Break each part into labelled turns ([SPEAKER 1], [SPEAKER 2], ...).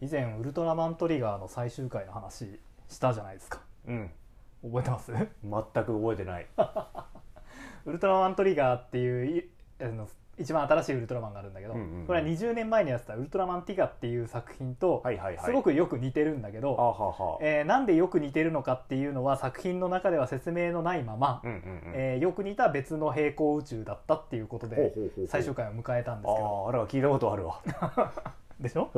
[SPEAKER 1] 以前ウルトラマントリガーの最終回の話したじゃないですか
[SPEAKER 2] うん
[SPEAKER 1] 覚えてます
[SPEAKER 2] 全く覚えてない
[SPEAKER 1] ウルトラマントリガーっていういあの一番新しいウルトラマンがあるんだけど、
[SPEAKER 2] うんうんうん
[SPEAKER 1] これは20年前にやってた「ウルトラマンティガ」っていう作品と
[SPEAKER 2] はいはいはい
[SPEAKER 1] すごくよく似てるんだけど、
[SPEAKER 2] あはは、
[SPEAKER 1] えーなんでよく似てるのかっていうのは作品の中では説明のないまま、
[SPEAKER 2] うんうんうん、
[SPEAKER 1] えーよく似た別の平行宇宙だったっていうこと
[SPEAKER 2] ほう
[SPEAKER 1] で
[SPEAKER 2] ほうほうほう
[SPEAKER 1] 最終回を迎えたんですけど
[SPEAKER 2] あああれは聞いたことあるわ
[SPEAKER 1] でしょ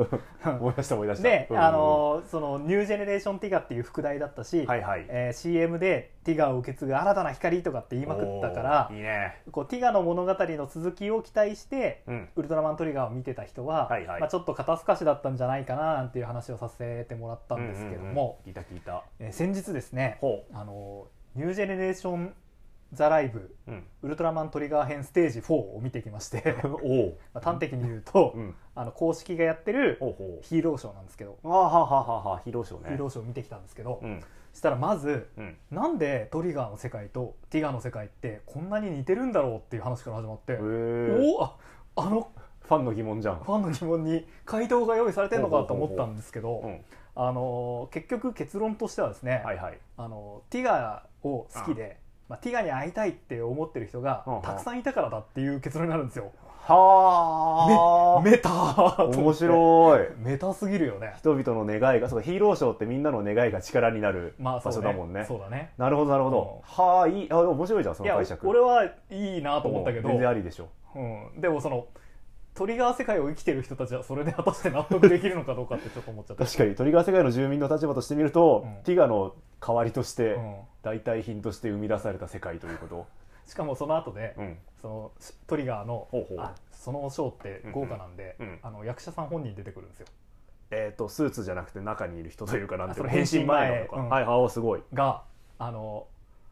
[SPEAKER 2] 思い出した思い出した
[SPEAKER 1] で、
[SPEAKER 2] うん
[SPEAKER 1] あのーそのニュージェネレーションティガっていう副題だったし、
[SPEAKER 2] はいはい
[SPEAKER 1] えー CM でティガを受け継ぐ新たな光とかって言いまくったから
[SPEAKER 2] おーいいね
[SPEAKER 1] こうティガの物語の続きを期待して
[SPEAKER 2] うん
[SPEAKER 1] ウルトラマントリガーを見てた人は、
[SPEAKER 2] はいはい
[SPEAKER 1] まあ、ちょっと肩透かしだったんじゃないかななんていう話をさせてもらったんですけども、
[SPEAKER 2] うんうんうん聞いた聞いた
[SPEAKER 1] えー先日ですね
[SPEAKER 2] ほ
[SPEAKER 1] あのーニュージェネレーション・ザ・ライブ
[SPEAKER 2] う、うん、
[SPEAKER 1] ウルトラマントリガー編ステージ4を見てきま して、
[SPEAKER 2] おお
[SPEAKER 1] まあ、端的に言うと、
[SPEAKER 2] うん
[SPEAKER 1] あの公式がやってる
[SPEAKER 2] ほうほ
[SPEAKER 1] ヒーローショーなんですけど、
[SPEAKER 2] うあーはははは広章ね
[SPEAKER 1] ヒーローショーを見てきたんですけど、
[SPEAKER 2] うん
[SPEAKER 1] したらまず
[SPEAKER 2] うん
[SPEAKER 1] なんでトリガーの世界とティガーの世界ってこんなに似てるんだろうっていう話から始まって、
[SPEAKER 2] へー
[SPEAKER 1] おああの
[SPEAKER 2] ファンの疑問じゃん
[SPEAKER 1] ファンの疑問に回答が用意されてるのかと思ったんですけ
[SPEAKER 2] う
[SPEAKER 1] ど
[SPEAKER 2] ん
[SPEAKER 1] あの結局結論としてはですね、
[SPEAKER 2] はいはい
[SPEAKER 1] あのティガーを好きで、まあ、ティガーに会いたいって思ってる人が
[SPEAKER 2] うんうん
[SPEAKER 1] たくさんいたからだっていう結論になるんですよ。
[SPEAKER 2] は
[SPEAKER 1] メターと
[SPEAKER 2] あ
[SPEAKER 1] 思って
[SPEAKER 2] 面白い
[SPEAKER 1] メタすぎるよね。
[SPEAKER 2] 人々の願いがそうかヒーローショーってみんなの願いが力になる
[SPEAKER 1] まあ
[SPEAKER 2] 場
[SPEAKER 1] そう
[SPEAKER 2] 所
[SPEAKER 1] ね
[SPEAKER 2] だもんね,、
[SPEAKER 1] そうだね
[SPEAKER 2] なるほどなるほど、はあいいあ面白いじゃんそ
[SPEAKER 1] い
[SPEAKER 2] の
[SPEAKER 1] や
[SPEAKER 2] 解釈
[SPEAKER 1] 俺はいいなと思ったけど
[SPEAKER 2] 全然ありでしょ
[SPEAKER 1] うん、でもそのトリガー世界を生きてる人たちはそれで果たして納得できるのかどうかってちょっと思っちゃった、
[SPEAKER 2] 確かにトリガー世界の住民の立場としてみると、
[SPEAKER 1] うん
[SPEAKER 2] ティガの代わりとして、
[SPEAKER 1] うん、
[SPEAKER 2] 代替品として生み出された世界ということ、
[SPEAKER 1] しかもその後で、
[SPEAKER 2] うん、
[SPEAKER 1] そのしトリガーの
[SPEAKER 2] ほうほう
[SPEAKER 1] あそのショーって豪華なんで、
[SPEAKER 2] うんうんうん
[SPEAKER 1] あの役者さん本人出てくるんですよ
[SPEAKER 2] えっ、とスーツじゃなくて中にいる人というかなんていうの
[SPEAKER 1] あそれ
[SPEAKER 2] 変身前なのか、
[SPEAKER 1] 変身前うん
[SPEAKER 2] はいあおすごい
[SPEAKER 1] があの、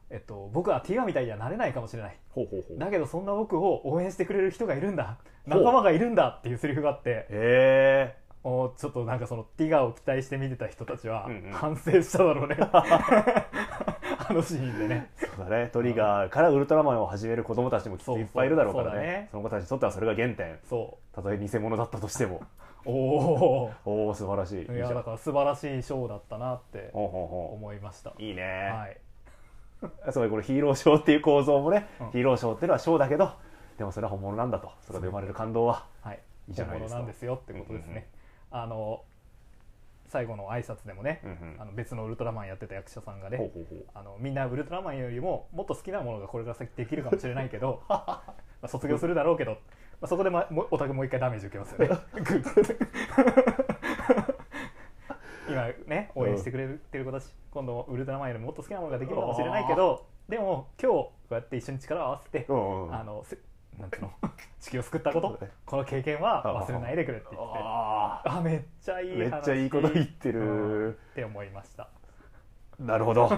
[SPEAKER 1] えっと、僕はティガーみたいにはなれないかもしれない
[SPEAKER 2] ほうほうほう
[SPEAKER 1] だけどそんな僕を応援してくれる人がいるんだ仲間がいるんだっていうセリフがあって
[SPEAKER 2] へえ
[SPEAKER 1] おちょっとなんかそのティガーを期待して見てた人たちは
[SPEAKER 2] うんうん
[SPEAKER 1] 反省しただろう ね、あのシーンでね
[SPEAKER 2] そうだねトリガーからウルトラマンを始める子供たちもきっといっぱいいるだろうから
[SPEAKER 1] そう
[SPEAKER 2] ねそ
[SPEAKER 1] そうそうだね
[SPEAKER 2] の子たちにとってはそれが原点
[SPEAKER 1] そう
[SPEAKER 2] たとえ偽物だったとしても
[SPEAKER 1] おお
[SPEAKER 2] おお素晴らしいいい
[SPEAKER 1] い
[SPEAKER 2] じゃ
[SPEAKER 1] や
[SPEAKER 2] ん
[SPEAKER 1] だから素晴らしいショーだったなって
[SPEAKER 2] ほうほうほ
[SPEAKER 1] 思いました
[SPEAKER 2] ういいね、
[SPEAKER 1] はい
[SPEAKER 2] すごいこれヒーローショーっていう構造もね、
[SPEAKER 1] うん
[SPEAKER 2] ヒーローショーっていうのはショーだけどでもそれは本物なんだとそこで生まれる感動は
[SPEAKER 1] はい
[SPEAKER 2] いいじゃ
[SPEAKER 1] 本
[SPEAKER 2] ないで
[SPEAKER 1] 物
[SPEAKER 2] すか
[SPEAKER 1] なんですよってことです
[SPEAKER 2] うんうん
[SPEAKER 1] ねあの最後の挨拶でもね
[SPEAKER 2] うんうん
[SPEAKER 1] あの別のウルトラマンやってた役者さんが
[SPEAKER 2] ほう
[SPEAKER 1] ね
[SPEAKER 2] ほうほう
[SPEAKER 1] あのみんなウルトラマンよりももっと好きなものがこれから先できるかもしれないけど まあ卒業するだろうけど、まあ、そこで、ま、もうお宅もう一回ダメージ受けますよねグ ッ今ね応援してくれてる子たち今度ウルトラマンよりももっと好きなものができるかもしれないけどでも今日こうやって一緒に力を合わせて、
[SPEAKER 2] うんうん
[SPEAKER 1] あのせなんていう の地球を救ったこ
[SPEAKER 2] そう
[SPEAKER 1] と
[SPEAKER 2] だね
[SPEAKER 1] この経験は忘れないでくれって言って
[SPEAKER 2] あ
[SPEAKER 1] あめっちゃい
[SPEAKER 2] ー
[SPEAKER 1] い話
[SPEAKER 2] めっちゃいいこと言って
[SPEAKER 1] うんっ
[SPEAKER 2] る、
[SPEAKER 1] て思いました
[SPEAKER 2] なるほど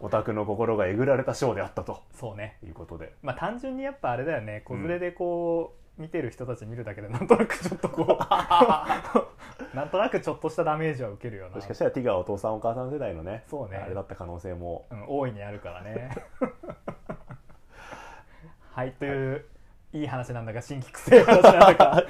[SPEAKER 2] オタクの心がえぐられたショーであったと
[SPEAKER 1] そうね
[SPEAKER 2] いうことで
[SPEAKER 1] まあ単純にやっぱあれだよね子連れでこう、見てる人たち見るだけでなんとなくちょっ とこうなんとなくちょっとしたダメージは受けるよな
[SPEAKER 2] もしかしたらティガーはお父さんお母さん世代のね
[SPEAKER 1] そうね
[SPEAKER 2] あれだった可能性も
[SPEAKER 1] うん、大いにあるから ねはいという、い、い話なんだか新規くせえ話なんだ か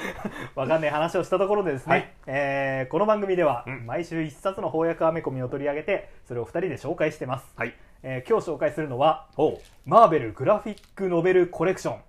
[SPEAKER 1] わかんない話をしたところでですね、
[SPEAKER 2] はい
[SPEAKER 1] えーこの番組では
[SPEAKER 2] うん
[SPEAKER 1] 毎週一冊の翻訳アメコミを取り上げてそれを二人で紹介してます、
[SPEAKER 2] はい
[SPEAKER 1] えー今日紹介するのは
[SPEAKER 2] おう
[SPEAKER 1] マーベルグラフィックノベルコレクション、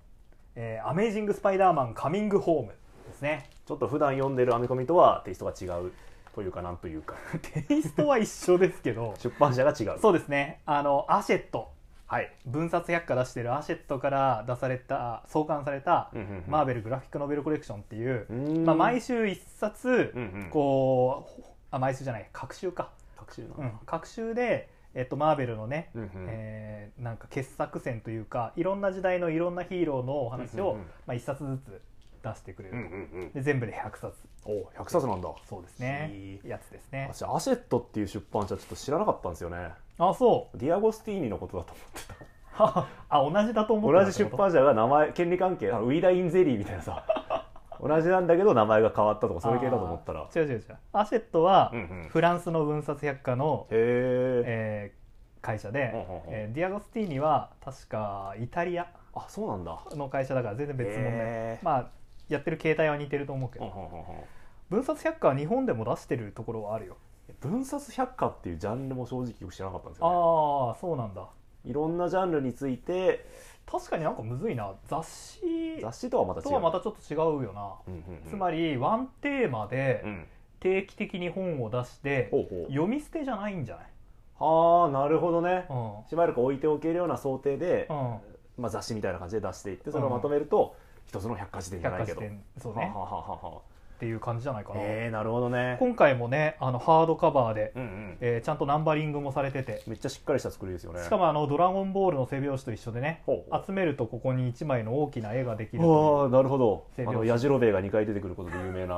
[SPEAKER 1] えーアメイジング・スパイダーマン・カミング・ホームですね。
[SPEAKER 2] ちょっと普段読んでる編み込みとはテイストが違うというかなんという か
[SPEAKER 1] テイストは一緒ですけど、
[SPEAKER 2] 出版社が違う
[SPEAKER 1] そうですね、あの、アシェット、
[SPEAKER 2] はい
[SPEAKER 1] 分冊百科出してるアシェットから出された、創刊された、
[SPEAKER 2] うんうんうん
[SPEAKER 1] マーベルグラフィックノベルコレクションっていう
[SPEAKER 2] う、ーん
[SPEAKER 1] まあ、毎週一冊、
[SPEAKER 2] うんうん
[SPEAKER 1] こう、あ、毎週じゃない、各週か。
[SPEAKER 2] 各種な
[SPEAKER 1] うん、各週で、えっと、マーベルのね、
[SPEAKER 2] うんうん
[SPEAKER 1] えーなんか傑作選というかいろんな時代のいろんなヒーローのお話を、
[SPEAKER 2] うんうんうん
[SPEAKER 1] まあ、1冊ずつ出してくれる
[SPEAKER 2] う
[SPEAKER 1] と、
[SPEAKER 2] んうんうん
[SPEAKER 1] で全部で100冊
[SPEAKER 2] おう100冊なんだ
[SPEAKER 1] そうです
[SPEAKER 2] へ
[SPEAKER 1] ね
[SPEAKER 2] ー
[SPEAKER 1] やつですね
[SPEAKER 2] 私アシェットっていう出版社ちょっと知らなかったんですよね
[SPEAKER 1] あそう
[SPEAKER 2] ディアゴスティーニのことだと
[SPEAKER 1] あ同じだと思
[SPEAKER 2] 思
[SPEAKER 1] っ
[SPEAKER 2] う
[SPEAKER 1] てたって
[SPEAKER 2] 同じ
[SPEAKER 1] こ
[SPEAKER 2] 出
[SPEAKER 1] と
[SPEAKER 2] 版社が名前権利関係あウィダインゼリーみたい なさ同じなんだけど名前が変わったとかそれ系だと思ったら
[SPEAKER 1] あー違う違う違うアシェットは、
[SPEAKER 2] うんうん
[SPEAKER 1] フランスの分冊百科の、
[SPEAKER 2] へえ
[SPEAKER 1] えー会社で、
[SPEAKER 2] ほうほうほう
[SPEAKER 1] えーディアゴスティーニは確かイタリア
[SPEAKER 2] あそうなんだ
[SPEAKER 1] の会社だから全然別物で、
[SPEAKER 2] へー
[SPEAKER 1] まあやってる形態は似てると思うけど、分冊百科は日本でも出してるところはあるよ、
[SPEAKER 2] 分冊百科っていうジャンルも正直よく知らなかったんですよ、ね、
[SPEAKER 1] ああそうなんだ
[SPEAKER 2] いろんなジャンルについて
[SPEAKER 1] 確かになんかむずいな雑誌
[SPEAKER 2] 雑誌とはまた違
[SPEAKER 1] と
[SPEAKER 2] う
[SPEAKER 1] はまたちょっと違うよな、
[SPEAKER 2] うんうんうん
[SPEAKER 1] つまりワンテーマで
[SPEAKER 2] うん
[SPEAKER 1] 定期的に本を出して、
[SPEAKER 2] ほう
[SPEAKER 1] 読み捨てじゃないんじゃない、
[SPEAKER 2] ほうああなるほどね
[SPEAKER 1] うん
[SPEAKER 2] しばらく置いておけるような想定で、
[SPEAKER 1] うん、
[SPEAKER 2] まあ、雑誌みたいな感じで出していってそれをまとめると、一つの百科事典じゃ
[SPEAKER 1] 百
[SPEAKER 2] ない
[SPEAKER 1] 科
[SPEAKER 2] け
[SPEAKER 1] 事
[SPEAKER 2] ど
[SPEAKER 1] 典そう
[SPEAKER 2] は
[SPEAKER 1] ね
[SPEAKER 2] あはあはあは
[SPEAKER 1] っていう感じじゃないか
[SPEAKER 2] あ
[SPEAKER 1] な、
[SPEAKER 2] えー、なるほどね
[SPEAKER 1] 今回もねあのハードカバーで、
[SPEAKER 2] うんうん
[SPEAKER 1] えーちゃんとナンバリングもされてて
[SPEAKER 2] めっちゃしっかりした作りですよね
[SPEAKER 1] しかもあの「ドラゴンボール」の背表紙と一緒でね
[SPEAKER 2] ほうほう
[SPEAKER 1] 集めるとここに1枚の大きな絵ができる
[SPEAKER 2] あ
[SPEAKER 1] と
[SPEAKER 2] あなるほど
[SPEAKER 1] 背
[SPEAKER 2] あ
[SPEAKER 1] 拍子
[SPEAKER 2] のやじろべえが2回出てくることで有 名な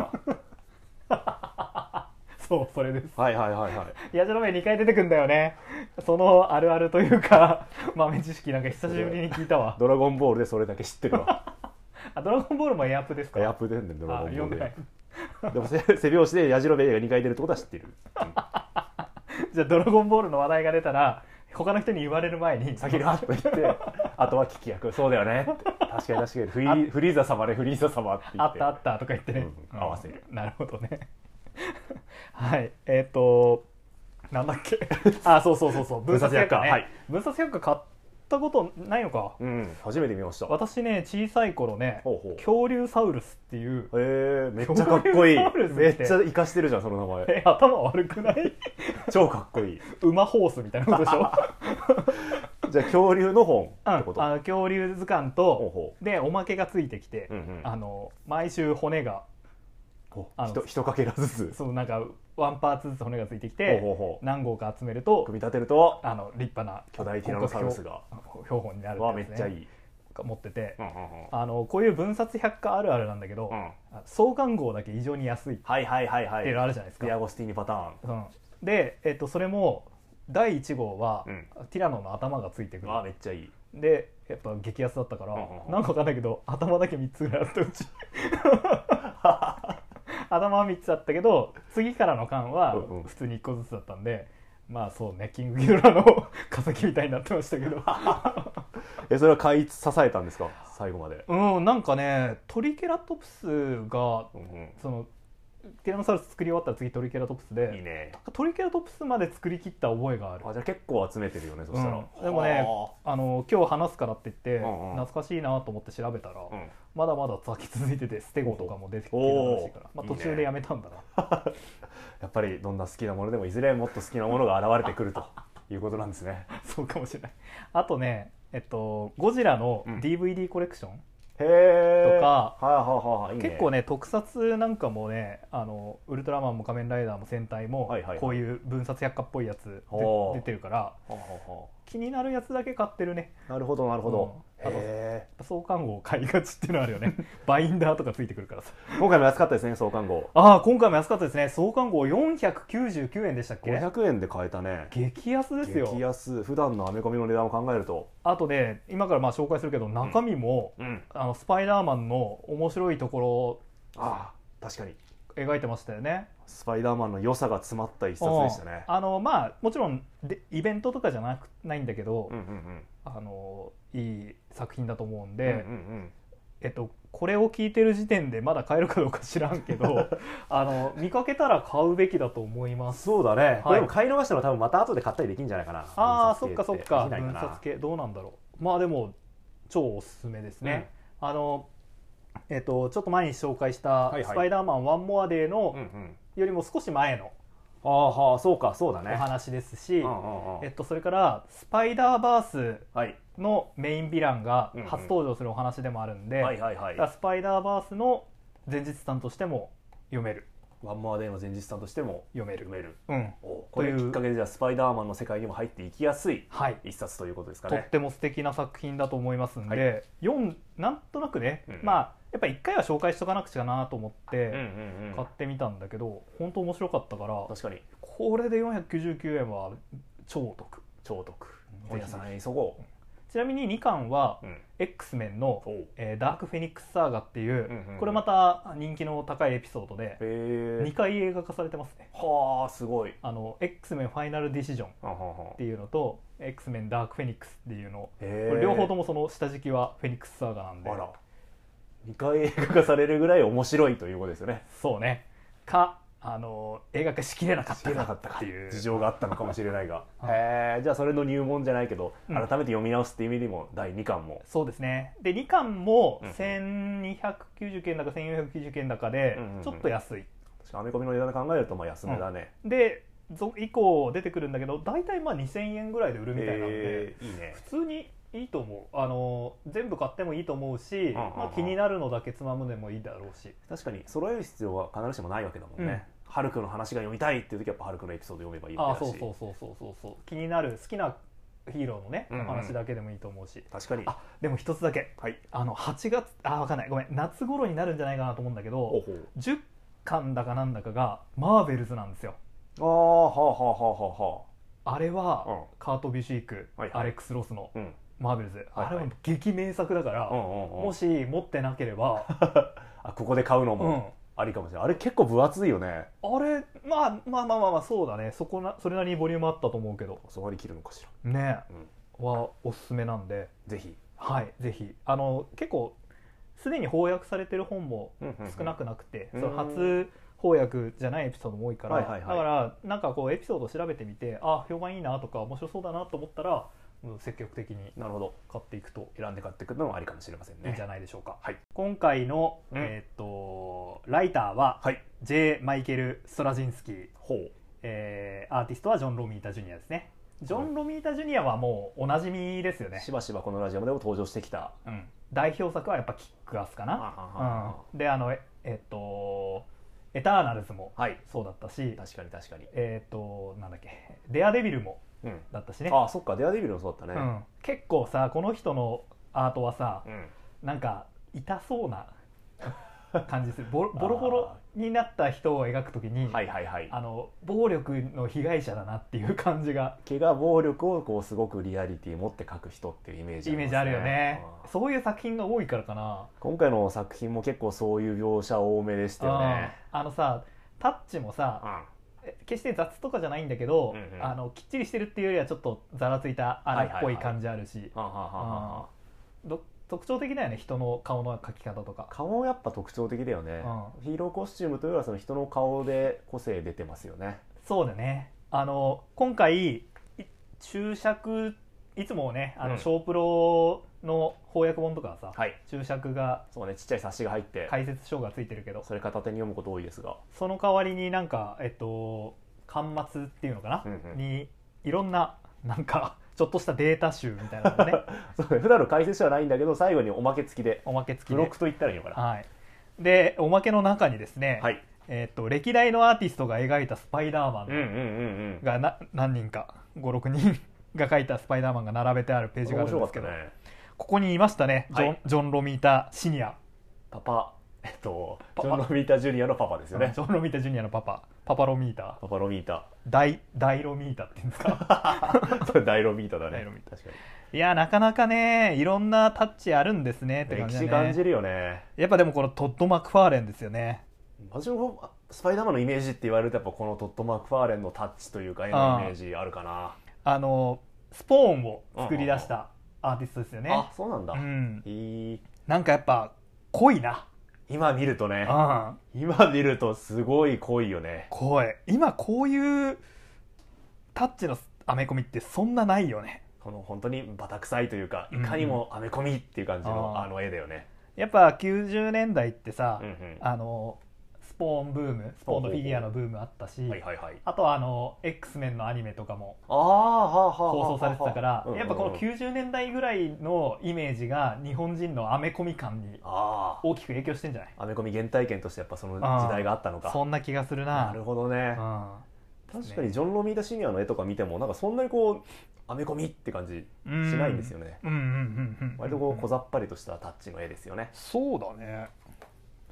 [SPEAKER 2] はい
[SPEAKER 1] いうそうそれです
[SPEAKER 2] はいはいはい
[SPEAKER 1] 矢印2回出てくんだよねそのあるあるという か豆知識なんか久しぶりに聞いた
[SPEAKER 2] 「
[SPEAKER 1] わ
[SPEAKER 2] ドラゴンボール」でそれだけ知ってる わ
[SPEAKER 1] あドラゴンボールもエアプですか
[SPEAKER 2] エアプでんねんドラ
[SPEAKER 1] あ
[SPEAKER 2] ゴンボ
[SPEAKER 1] 読
[SPEAKER 2] ー
[SPEAKER 1] ん
[SPEAKER 2] ル
[SPEAKER 1] でない
[SPEAKER 2] ででもせ背拍子でやじろべえが2回出るってことは知ってる、うん
[SPEAKER 1] じゃあドラゴンボールの話題が出たら他の人に言われる前 に
[SPEAKER 2] 先にあっと言 ってあとは聞き役そうだよねって確かに確かにフリーフリーザ様でフリーザ様って言
[SPEAKER 1] あ
[SPEAKER 2] っ
[SPEAKER 1] ってたあったとか言ってね、
[SPEAKER 2] うん合わせる
[SPEAKER 1] なるほどね はいえっ、となんだっ けあそうそうそうそう
[SPEAKER 2] 分冊百科
[SPEAKER 1] ね
[SPEAKER 2] はい
[SPEAKER 1] 分冊百科買ったことないのか
[SPEAKER 2] うん初めて見ました
[SPEAKER 1] 私ね小さい頃ね
[SPEAKER 2] ほうほう
[SPEAKER 1] 恐竜サウルスっていう
[SPEAKER 2] へえめっちゃかっこい
[SPEAKER 1] 恐
[SPEAKER 2] い
[SPEAKER 1] 竜サウルスって
[SPEAKER 2] めっちゃ生かしてるじゃんその名 前
[SPEAKER 1] え頭悪くない
[SPEAKER 2] 超かっこいい
[SPEAKER 1] 馬ホースみたいなことで しょ、
[SPEAKER 2] じゃあ恐竜の本
[SPEAKER 1] うん、
[SPEAKER 2] ってこと
[SPEAKER 1] あの恐竜図鑑
[SPEAKER 2] ほう
[SPEAKER 1] と
[SPEAKER 2] ほ
[SPEAKER 1] でおまけがついてきて、
[SPEAKER 2] ううんうん
[SPEAKER 1] あの毎週骨が
[SPEAKER 2] ほう
[SPEAKER 1] あの
[SPEAKER 2] ひとひとかけらずつ
[SPEAKER 1] そのなんかワンパーツずつ骨がついてき
[SPEAKER 2] ほう
[SPEAKER 1] て
[SPEAKER 2] ほうほう
[SPEAKER 1] 何号か集めると
[SPEAKER 2] 組み立てると
[SPEAKER 1] あの立派な
[SPEAKER 2] 巨大ティラノサウルスが
[SPEAKER 1] 標本になる
[SPEAKER 2] わあめっちゃい
[SPEAKER 1] い
[SPEAKER 2] い
[SPEAKER 1] 持ってて
[SPEAKER 2] うんうんうん
[SPEAKER 1] あのこういう分冊百科あるあるなんだけど、
[SPEAKER 2] うん
[SPEAKER 1] 創刊号だけ異常に安いっ
[SPEAKER 2] はいはいはいは
[SPEAKER 1] ていうのあ
[SPEAKER 2] い
[SPEAKER 1] るじゃないですか、
[SPEAKER 2] ディアゴスティーニパターン
[SPEAKER 1] うん、で、えっと、それも第1号は、
[SPEAKER 2] うん
[SPEAKER 1] ティラノの頭がついてくる
[SPEAKER 2] わあめっちゃいい
[SPEAKER 1] でやっぱ激安だったから、
[SPEAKER 2] うんうんうん
[SPEAKER 1] なんかわかんないけど頭だけ3つぐらいあったう ち頭は3つあったけど次からの缶は
[SPEAKER 2] うんうん
[SPEAKER 1] 普通に1個ずつだったんで、まあそうねキングギドラの 化石みたいになってましたけど
[SPEAKER 2] えそれは買い支えたんですか最後まで
[SPEAKER 1] うんなんかねトリケラトプスが
[SPEAKER 2] うんうん
[SPEAKER 1] そのティラノサウルス作り終わったら次トリケラトプスで
[SPEAKER 2] いいね
[SPEAKER 1] トリケラトプスまで作り切った覚えがある
[SPEAKER 2] あじゃあ結構集めてるよねそしたら
[SPEAKER 1] うんでもね
[SPEAKER 2] は
[SPEAKER 1] あの今日話すからって言って、
[SPEAKER 2] うんうん
[SPEAKER 1] 懐かしいなと思って調べたら、
[SPEAKER 2] あうん
[SPEAKER 1] まだまだ先続いててステゴとかも出てきてるらしいから、
[SPEAKER 2] お
[SPEAKER 1] ま
[SPEAKER 2] ー
[SPEAKER 1] あ、途中でやめたんだな
[SPEAKER 2] やっぱりどんな好きなものでもいずれもっと好きなものが現れてくるということなんですね
[SPEAKER 1] そうかもしれないあとねえっとゴジラの
[SPEAKER 2] うん
[SPEAKER 1] DVD コレクション、
[SPEAKER 2] へえ
[SPEAKER 1] とか
[SPEAKER 2] はいはいはいはい
[SPEAKER 1] 結構
[SPEAKER 2] ね
[SPEAKER 1] ね特撮なんかもねあのウルトラマンも仮面ライダーも戦隊も、
[SPEAKER 2] はいはいはい
[SPEAKER 1] こういう分冊百科っぽいやつで
[SPEAKER 2] ほう
[SPEAKER 1] 出てるから
[SPEAKER 2] はあはあは
[SPEAKER 1] 気になるやつだけ買ってるね
[SPEAKER 2] あなるほどなるほど、
[SPEAKER 1] うんあと
[SPEAKER 2] へ
[SPEAKER 1] 創刊号買いがちっていうのあるよね バインダーとかついてくるからさ
[SPEAKER 2] え今回も安かったですね創刊号
[SPEAKER 1] ああ今回も安かったですね創刊号499円でしたっけ
[SPEAKER 2] 500円で買えたね
[SPEAKER 1] 激安ですよ
[SPEAKER 2] 激安普段のアメコミの値段を考えると
[SPEAKER 1] あとね今からまあ紹介するけど中身も、
[SPEAKER 2] うん
[SPEAKER 1] あのスパイダーマンの面白いところを
[SPEAKER 2] ああ確かに
[SPEAKER 1] 描いてましたよね。
[SPEAKER 2] スパイダーマンの良さが詰まった一冊でしたね
[SPEAKER 1] うんあのまあもちろんでイベントとかじゃなくないんだけど、
[SPEAKER 2] うんうんうん
[SPEAKER 1] あのいい作品だと思うん
[SPEAKER 2] うん
[SPEAKER 1] で、
[SPEAKER 2] うん
[SPEAKER 1] えっとこれを聞いてる時点でまだ買えるかどうか知らんけ どあの見かけたら買うべきだと思い
[SPEAKER 2] うん
[SPEAKER 1] ます。
[SPEAKER 2] そうだね、
[SPEAKER 1] い
[SPEAKER 2] これでも買い逃したのは多分また後で買ったりできるんじゃないかな
[SPEAKER 1] ああそっ
[SPEAKER 2] 分
[SPEAKER 1] か
[SPEAKER 2] 冊
[SPEAKER 1] そ
[SPEAKER 2] 系
[SPEAKER 1] っか
[SPEAKER 2] できない
[SPEAKER 1] 分
[SPEAKER 2] な
[SPEAKER 1] 冊系どうなんだろうまあでも超おすすめですね、あのえっ、とちょっと前に紹介した
[SPEAKER 2] はいは
[SPEAKER 1] 「
[SPEAKER 2] い
[SPEAKER 1] スパイダーマンワンモアデー」
[SPEAKER 2] うん
[SPEAKER 1] の
[SPEAKER 2] うん
[SPEAKER 1] よりも少し前の
[SPEAKER 2] ああはあそうかそうだ
[SPEAKER 1] お
[SPEAKER 2] ね
[SPEAKER 1] 話ですし、
[SPEAKER 2] うんうんうん
[SPEAKER 1] えっと、それから「スパイダーバース
[SPEAKER 2] はい、」
[SPEAKER 1] のメインヴィランが
[SPEAKER 2] うんうん
[SPEAKER 1] 初登場するお話でもあるんで、
[SPEAKER 2] はいはいはい
[SPEAKER 1] だからスパイダーバースの前日さんとしても読める
[SPEAKER 2] ワンモアデーの前日さんとしても
[SPEAKER 1] 読める
[SPEAKER 2] 読める
[SPEAKER 1] うん
[SPEAKER 2] おこれきっかけでじゃあスパイダーマンの世界にも入っていきやすい
[SPEAKER 1] はい
[SPEAKER 2] 一冊ということですか
[SPEAKER 1] と
[SPEAKER 2] ね
[SPEAKER 1] っても素敵な作品だと思いますんで、
[SPEAKER 2] は
[SPEAKER 1] 読んなんとなくね、
[SPEAKER 2] うん
[SPEAKER 1] まあやっぱ一回は紹介しとかなくちゃなと思っ
[SPEAKER 2] うん
[SPEAKER 1] て
[SPEAKER 2] うんうん
[SPEAKER 1] 買ってみたんだけど、本当面白かったから
[SPEAKER 2] 確かに
[SPEAKER 1] これで499円は超お得
[SPEAKER 2] 超お得
[SPEAKER 1] うん
[SPEAKER 2] 本屋さんへ急ご
[SPEAKER 1] ちなみに2巻は
[SPEAKER 2] う、うん
[SPEAKER 1] X メンの、
[SPEAKER 2] おう
[SPEAKER 1] えーダークフェニックスサーガっていう、
[SPEAKER 2] うんうんうん
[SPEAKER 1] これまた人気の高いエピソードで
[SPEAKER 2] へえ
[SPEAKER 1] 2回映画化されてますね
[SPEAKER 2] はあすごい
[SPEAKER 1] あの X メンファイナルディシジョンっ
[SPEAKER 2] はんはんはん
[SPEAKER 1] ていうのと X メンダークフェニックスっていうの
[SPEAKER 2] へえ
[SPEAKER 1] これ両方ともその下敷きはフェニックスサーガなんで
[SPEAKER 2] あら2回映画化されるぐらい面白いということですよね
[SPEAKER 1] そうねかあの映画化しきれなかっ
[SPEAKER 2] 知
[SPEAKER 1] た
[SPEAKER 2] らなかった
[SPEAKER 1] っ
[SPEAKER 2] か
[SPEAKER 1] ていう
[SPEAKER 2] 事情があったのかもしれないが
[SPEAKER 1] うん
[SPEAKER 2] へえじゃあそれの入門じゃないけど
[SPEAKER 1] うん
[SPEAKER 2] 改めて読み直すっていう意味でも第2巻も、
[SPEAKER 1] そうですねで2巻も
[SPEAKER 2] うんうん
[SPEAKER 1] 1290円だか1490円だかで
[SPEAKER 2] うんうんうん
[SPEAKER 1] ちょっと安い、
[SPEAKER 2] 確かアメコミの値段で考えるとまあ安めだね、
[SPEAKER 1] でぞ以降出てくるんだけど大体まあ2000円ぐらいで売るみたいなので、
[SPEAKER 2] えーいいね
[SPEAKER 1] 普通にいいと思うあの全部買ってもいいと思うし、
[SPEAKER 2] んうん
[SPEAKER 1] まあ、気になるのだけつまむでもいいだろうし
[SPEAKER 2] 確かに揃える必要は必ずしもないわけだもんね、ハルクの話が読みたいっていう時はやっぱハルクのエピソード読めばいい
[SPEAKER 1] あ
[SPEAKER 2] わ
[SPEAKER 1] あ
[SPEAKER 2] け
[SPEAKER 1] そ
[SPEAKER 2] だ
[SPEAKER 1] う
[SPEAKER 2] し
[SPEAKER 1] そうそうそうそうそう気になる好きなヒーローのね、
[SPEAKER 2] うんうん
[SPEAKER 1] 話だけでもいいと思うし
[SPEAKER 2] 確かに
[SPEAKER 1] あでも一つだけ
[SPEAKER 2] はい
[SPEAKER 1] あの8月あ分かんないごめん夏頃になるんじゃないかなと思うんだけ
[SPEAKER 2] ほ
[SPEAKER 1] ど
[SPEAKER 2] うほう
[SPEAKER 1] 10巻だかなんだかがマーベルズなんですよ
[SPEAKER 2] ああはあはあはあは
[SPEAKER 1] あれは、
[SPEAKER 2] うん
[SPEAKER 1] カート・ビュシーク、
[SPEAKER 2] はいはい
[SPEAKER 1] アレックス・ロスの
[SPEAKER 2] あうん
[SPEAKER 1] マーベルズ、
[SPEAKER 2] はい
[SPEAKER 1] あれは激名作だから、
[SPEAKER 2] うんうんうん
[SPEAKER 1] もし持ってなければ、
[SPEAKER 2] あここで買うの
[SPEAKER 1] う
[SPEAKER 2] も
[SPEAKER 1] ん、
[SPEAKER 2] ありかもしれない、あれ結構分厚いよね
[SPEAKER 1] あれまあまあまあまあまあそうだねそこなそれなりにボリュームあったと思うけど
[SPEAKER 2] そこまで切るのかしら、
[SPEAKER 1] ね
[SPEAKER 2] うん、
[SPEAKER 1] はおすすめなんで
[SPEAKER 2] ぜひ
[SPEAKER 1] はいぜひあの結構すでに翻訳されてる本も少な
[SPEAKER 2] く
[SPEAKER 1] くなくて、
[SPEAKER 2] うん
[SPEAKER 1] その初翻訳じゃないエピソードも多いから、
[SPEAKER 2] はいはいは
[SPEAKER 1] だ
[SPEAKER 2] い
[SPEAKER 1] からなんかこうエピソードを調べてみてあ評判いいなとか面白そうだなと思ったらうん積極的に
[SPEAKER 2] なるほど
[SPEAKER 1] 買っていくと
[SPEAKER 2] 選んで買ってくるのもありかもしれませんね
[SPEAKER 1] いいんじゃないでしょうか、
[SPEAKER 2] はい
[SPEAKER 1] 今回の、
[SPEAKER 2] うん
[SPEAKER 1] えーっとライターは
[SPEAKER 2] はい
[SPEAKER 1] J. マイケル・ストラジンスキー
[SPEAKER 2] ほう
[SPEAKER 1] えーアーティストはジョン・ロミータ・ジュニアですねジョン・ロミータ・ジュニアはもうおなじみですよね
[SPEAKER 2] し、ばしばこのラジオでも登場してきた
[SPEAKER 1] うん、代表作はやっぱキックアスかな、うん、であのええっとエターナルズも
[SPEAKER 2] はい
[SPEAKER 1] そうだったし
[SPEAKER 2] 確かに確かに、
[SPEAKER 1] えっとなんだっけデアデビルも
[SPEAKER 2] うん、
[SPEAKER 1] だったしね、
[SPEAKER 2] あそっかデアデビルもそうだった
[SPEAKER 1] う
[SPEAKER 2] ね、
[SPEAKER 1] ん、結構さこの人のアートはさ
[SPEAKER 2] うん
[SPEAKER 1] なんか痛そうな感じするボ ロボロボロになった人を描くときに、
[SPEAKER 2] はいはいはい
[SPEAKER 1] あの暴力の被害者だなっていう感じが
[SPEAKER 2] 怪我暴力をこうすごくリアリティ持って書く人っていうイメージ
[SPEAKER 1] イメージあるよね
[SPEAKER 2] うん
[SPEAKER 1] そういう作品が多いからかな
[SPEAKER 2] 今回の作品も結構そういう描写多めでしたよね
[SPEAKER 1] うんあのさタッチもさえ決して雑とかじゃないんだけど、
[SPEAKER 2] うんうん
[SPEAKER 1] あのきっちりしてるっていうよりはちょっとざらついた荒っぽい感じあるし、
[SPEAKER 2] はあはあはあはあ
[SPEAKER 1] ど特徴的だよね人の顔の描き方とか
[SPEAKER 2] 顔もやっぱ特徴的だよね、ヒーローコスチュームというよりはその人の顔で個性出てますよね
[SPEAKER 1] そうだねあの今回い注釈いつもねあ
[SPEAKER 2] う
[SPEAKER 1] の
[SPEAKER 2] ん
[SPEAKER 1] 小プロの翻訳本とかはさ、
[SPEAKER 2] はい
[SPEAKER 1] 注釈が
[SPEAKER 2] そうねちっちゃい冊子が入って、
[SPEAKER 1] 解説書がついてるけど
[SPEAKER 2] それ片手に読むこと多いですが
[SPEAKER 1] その代わりになんかえっと巻末っていうのかな、
[SPEAKER 2] うんうん
[SPEAKER 1] にいろんななんかちょっとしたデータ集みたいなのが ね
[SPEAKER 2] そうね普段の解説書はないんだけど最後におまけ付きで
[SPEAKER 1] おまけ付き
[SPEAKER 2] 付
[SPEAKER 1] で
[SPEAKER 2] 録と言ったらいいのかな
[SPEAKER 1] はいでおまけの中にですね、
[SPEAKER 2] はい
[SPEAKER 1] えっと歴代のアーティストが描いたスパイダーマ
[SPEAKER 2] うんうん
[SPEAKER 1] ン
[SPEAKER 2] うん
[SPEAKER 1] がな、何人か56人が描いたスパイダーマンが並べてあるペー
[SPEAKER 2] うん
[SPEAKER 1] ジがあ
[SPEAKER 2] 面
[SPEAKER 1] るんで
[SPEAKER 2] 白か
[SPEAKER 1] す
[SPEAKER 2] っ
[SPEAKER 1] け
[SPEAKER 2] た
[SPEAKER 1] ど、
[SPEAKER 2] ね
[SPEAKER 1] ここにいましたねジョン,、
[SPEAKER 2] はい
[SPEAKER 1] ジョン・ロミータシニア、
[SPEAKER 2] パパえっと
[SPEAKER 1] パ
[SPEAKER 2] ジ
[SPEAKER 1] パ
[SPEAKER 2] ョン・ロミータ・ジュニアのパパですよね
[SPEAKER 1] ジョン・ロミータジュニアのパパパパロミータ
[SPEAKER 2] パパロミータ
[SPEAKER 1] 大大ロミータっていうんです か
[SPEAKER 2] ダイロミータだね
[SPEAKER 1] ダイロミータ
[SPEAKER 2] 確かに
[SPEAKER 1] いやなかなかねいろんなタッチあるんですねって感
[SPEAKER 2] 歴
[SPEAKER 1] じ,、
[SPEAKER 2] 史
[SPEAKER 1] ね、
[SPEAKER 2] 感じるよね
[SPEAKER 1] やっぱでもこのトッド・マクファーレンですよね
[SPEAKER 2] 私もあスパイダーマンのイメージって言われるとやっぱこのトット・マクファーレンのタッチというか絵のイメージあるかな
[SPEAKER 1] あのスポーンを作り出したアーティストですよね
[SPEAKER 2] あそうなんだ、
[SPEAKER 1] うん
[SPEAKER 2] いい
[SPEAKER 1] なんかやっぱ濃いな
[SPEAKER 2] 今見るとね
[SPEAKER 1] うん
[SPEAKER 2] 今見るとすごい濃いよね
[SPEAKER 1] 濃い今こういうタッチのアメコミってそんなないよね
[SPEAKER 2] この本当にバタ臭いというか
[SPEAKER 1] うん
[SPEAKER 2] いかにもアメコミっていう感じの
[SPEAKER 1] あー
[SPEAKER 2] あの絵だよね、
[SPEAKER 1] やっぱ90年代ってさ、
[SPEAKER 2] うんうん
[SPEAKER 1] あのスポーンブームスポーンのフィギュアのブームあったし、
[SPEAKER 2] はいはいはい
[SPEAKER 1] あとはあの X メンのアニメとかも
[SPEAKER 2] あーはあはあはあ
[SPEAKER 1] 放送されてたから、
[SPEAKER 2] うんうんうん
[SPEAKER 1] やっぱこの90年代ぐらいのイメージが日本人のアメコミ感に
[SPEAKER 2] あ
[SPEAKER 1] 大きく影響してんじゃない
[SPEAKER 2] あアメコミ原体験としてやっぱその時代があったのか
[SPEAKER 1] そんな気がするな
[SPEAKER 2] なるほどね
[SPEAKER 1] うん
[SPEAKER 2] 確かにジョン・ロミータ・シニアの絵とか見てもなんかそんなにこうアメコミって感じ
[SPEAKER 1] し
[SPEAKER 2] しないんですよね、
[SPEAKER 1] うんうんうんうん
[SPEAKER 2] 割とこう小ざっぱりとしたタッチの絵ですよね、
[SPEAKER 1] そうだね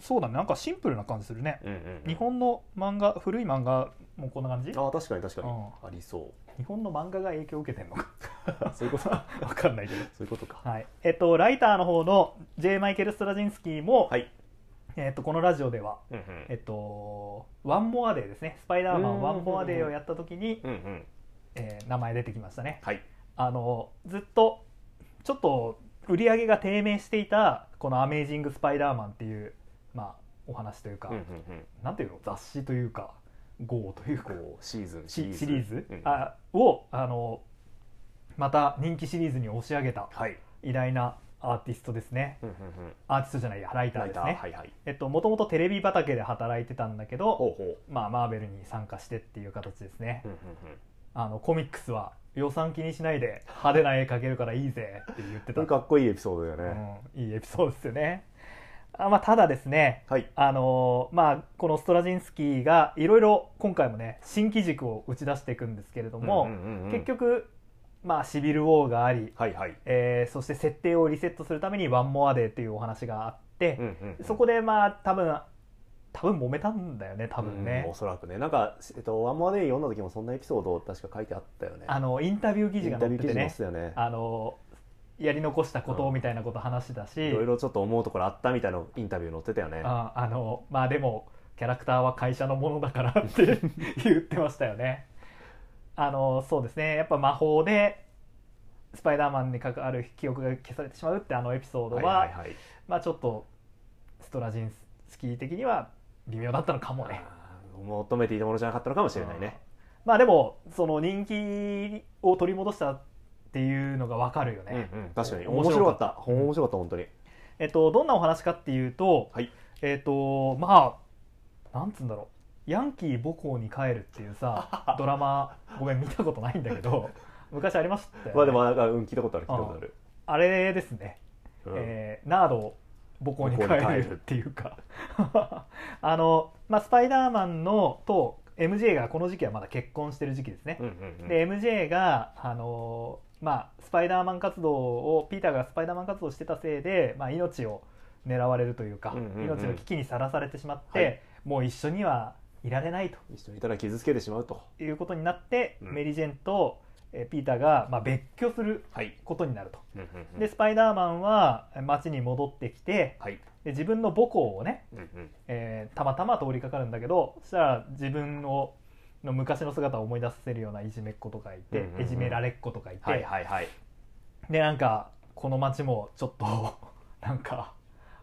[SPEAKER 1] そうだねなんかシンプルな感じするね、
[SPEAKER 2] うんうんうん
[SPEAKER 1] 日本の漫画古い漫画もこんな感じ
[SPEAKER 2] あー確かに確かに
[SPEAKER 1] うん
[SPEAKER 2] ありそう
[SPEAKER 1] 日本の漫画が影響を受けてんのか
[SPEAKER 2] そういうことか
[SPEAKER 1] わかんないけど
[SPEAKER 2] そういうことか
[SPEAKER 1] はいえっとライターの方の J. マイケル・ストラジンスキーも、
[SPEAKER 2] はい、
[SPEAKER 1] えっと、このラジオでは
[SPEAKER 2] うん
[SPEAKER 1] えっと「ワンモアデー」ですね「スパイダーマンワンモアデー」をやった時に、
[SPEAKER 2] うんうんうん
[SPEAKER 1] えー名前出てきましたね
[SPEAKER 2] はい
[SPEAKER 1] あのずっとちょっと売り上げが低迷していたこの「アメージング・スパイダーマン」っていう、まあ、お話というか、
[SPEAKER 2] うんうん
[SPEAKER 1] なんていうの雑誌というか号というか
[SPEAKER 2] こうシーズン
[SPEAKER 1] シシリーズ、
[SPEAKER 2] うん
[SPEAKER 1] あをあのまた人気シリーズに押し上げた
[SPEAKER 2] はい
[SPEAKER 1] 偉大なアーティストですね
[SPEAKER 2] うんうんうん
[SPEAKER 1] アーティストじゃないやライター
[SPEAKER 2] ラ
[SPEAKER 1] で
[SPEAKER 2] イ
[SPEAKER 1] す
[SPEAKER 2] ター
[SPEAKER 1] ね、
[SPEAKER 2] はいはい
[SPEAKER 1] えっともともとテレビ畑で働いてたんだけど
[SPEAKER 2] うほ
[SPEAKER 1] まあマーベルに参加してっていう形ですね、
[SPEAKER 2] うんうんうん
[SPEAKER 1] あのコミックスは予算気にしないで派手な絵描けるからいいぜって言って
[SPEAKER 2] こ
[SPEAKER 1] た
[SPEAKER 2] れかっこいいエピソードだよね、
[SPEAKER 1] うん、いいエピソードですよねあ、まあ、ただですね
[SPEAKER 2] はい
[SPEAKER 1] あのーまあ、このストラジンスキーがいろいろ今回もね新機軸を打ち出していくんですけれども、
[SPEAKER 2] んんんん
[SPEAKER 1] 結局、まあ、シビル・ウォーがあり、
[SPEAKER 2] はいはい、
[SPEAKER 1] えーそして設定をリセットするために「ワンモアデーというお話があって、
[SPEAKER 2] んうん
[SPEAKER 1] そこでまあ多分多分揉めたんだよね多分
[SPEAKER 2] うん
[SPEAKER 1] ね
[SPEAKER 2] お、そらくねなんか、えっと、ワンモアデイ読んだ時もそんなエピソード確か書いてあったよね
[SPEAKER 1] あのインタビュー記
[SPEAKER 2] イ
[SPEAKER 1] 事
[SPEAKER 2] ン
[SPEAKER 1] が載
[SPEAKER 2] タ
[SPEAKER 1] っ
[SPEAKER 2] ビュー
[SPEAKER 1] て
[SPEAKER 2] 記
[SPEAKER 1] て
[SPEAKER 2] 事載
[SPEAKER 1] ね
[SPEAKER 2] ってたよね
[SPEAKER 1] あのやり残したこと
[SPEAKER 2] うん
[SPEAKER 1] みたいなこと話してたし、
[SPEAKER 2] いろいろちょっと思うところあったみたいなインタビュー載ってたよね
[SPEAKER 1] ああのまあでもキャラクターは会社のものだからって 言ってましたよねあのそうですねやっぱ魔法でスパイダーマンに関わる記憶が消されてしまうってあのエピソードは,、
[SPEAKER 2] はいはいはい
[SPEAKER 1] まあちょっとストラジンスキー的には微妙だったのかもね
[SPEAKER 2] あー求めていたものじゃなかったのかもしれないね
[SPEAKER 1] うんまあでもその人気を取り戻したっていうのがわかるよね、
[SPEAKER 2] うんうん確かに
[SPEAKER 1] 面
[SPEAKER 2] 面
[SPEAKER 1] 白
[SPEAKER 2] 白
[SPEAKER 1] か
[SPEAKER 2] か
[SPEAKER 1] っ
[SPEAKER 2] ったた面白かった本当に
[SPEAKER 1] えっと、どんなお話かっていうと、
[SPEAKER 2] はい
[SPEAKER 1] えっと、まあ、なんつうんだろう、ヤンキー母校に帰るっていう さ、ドラマ、ごめん、見たことないんだけど、昔ありましたよね、
[SPEAKER 2] まあでもなんかうん聞いたことある聞いたことある
[SPEAKER 1] あれですね、
[SPEAKER 2] うん
[SPEAKER 1] えーナード母校に帰
[SPEAKER 2] 母校に
[SPEAKER 1] る
[SPEAKER 2] 帰る
[SPEAKER 1] っていうか、 あの、まあ、スパイダーマンのと MJ がこの時期はまだ結婚してる時期ですね。
[SPEAKER 2] うんうんうん
[SPEAKER 1] で MJ が、あのーまあ、スパイダーマン活動をピーターがスパイダーマン活動をしてたせいで、まあ、命を狙われるというか、
[SPEAKER 2] うんうんうん
[SPEAKER 1] 命の危機にさらされてしまって、
[SPEAKER 2] はい
[SPEAKER 1] もう一緒にはいられない
[SPEAKER 2] 一緒にいたら傷つけてしまうと
[SPEAKER 1] ということになって、
[SPEAKER 2] うん
[SPEAKER 1] メリー・ジェンとえーピーターが、まあ、別居する
[SPEAKER 2] はい
[SPEAKER 1] ことになると。
[SPEAKER 2] うんうんうん
[SPEAKER 1] でスパイダーマンは街に戻ってきて
[SPEAKER 2] はい
[SPEAKER 1] で自分の母校をね、
[SPEAKER 2] うんうん
[SPEAKER 1] えーたまたま通りかかるんだけどそしたら自分をの昔の姿を思い出させるようないじめっ子とかいて、
[SPEAKER 2] うんうんうん
[SPEAKER 1] いじめられっ子とかいて、
[SPEAKER 2] はいはいはい
[SPEAKER 1] でなんかこの街もちょっと なんか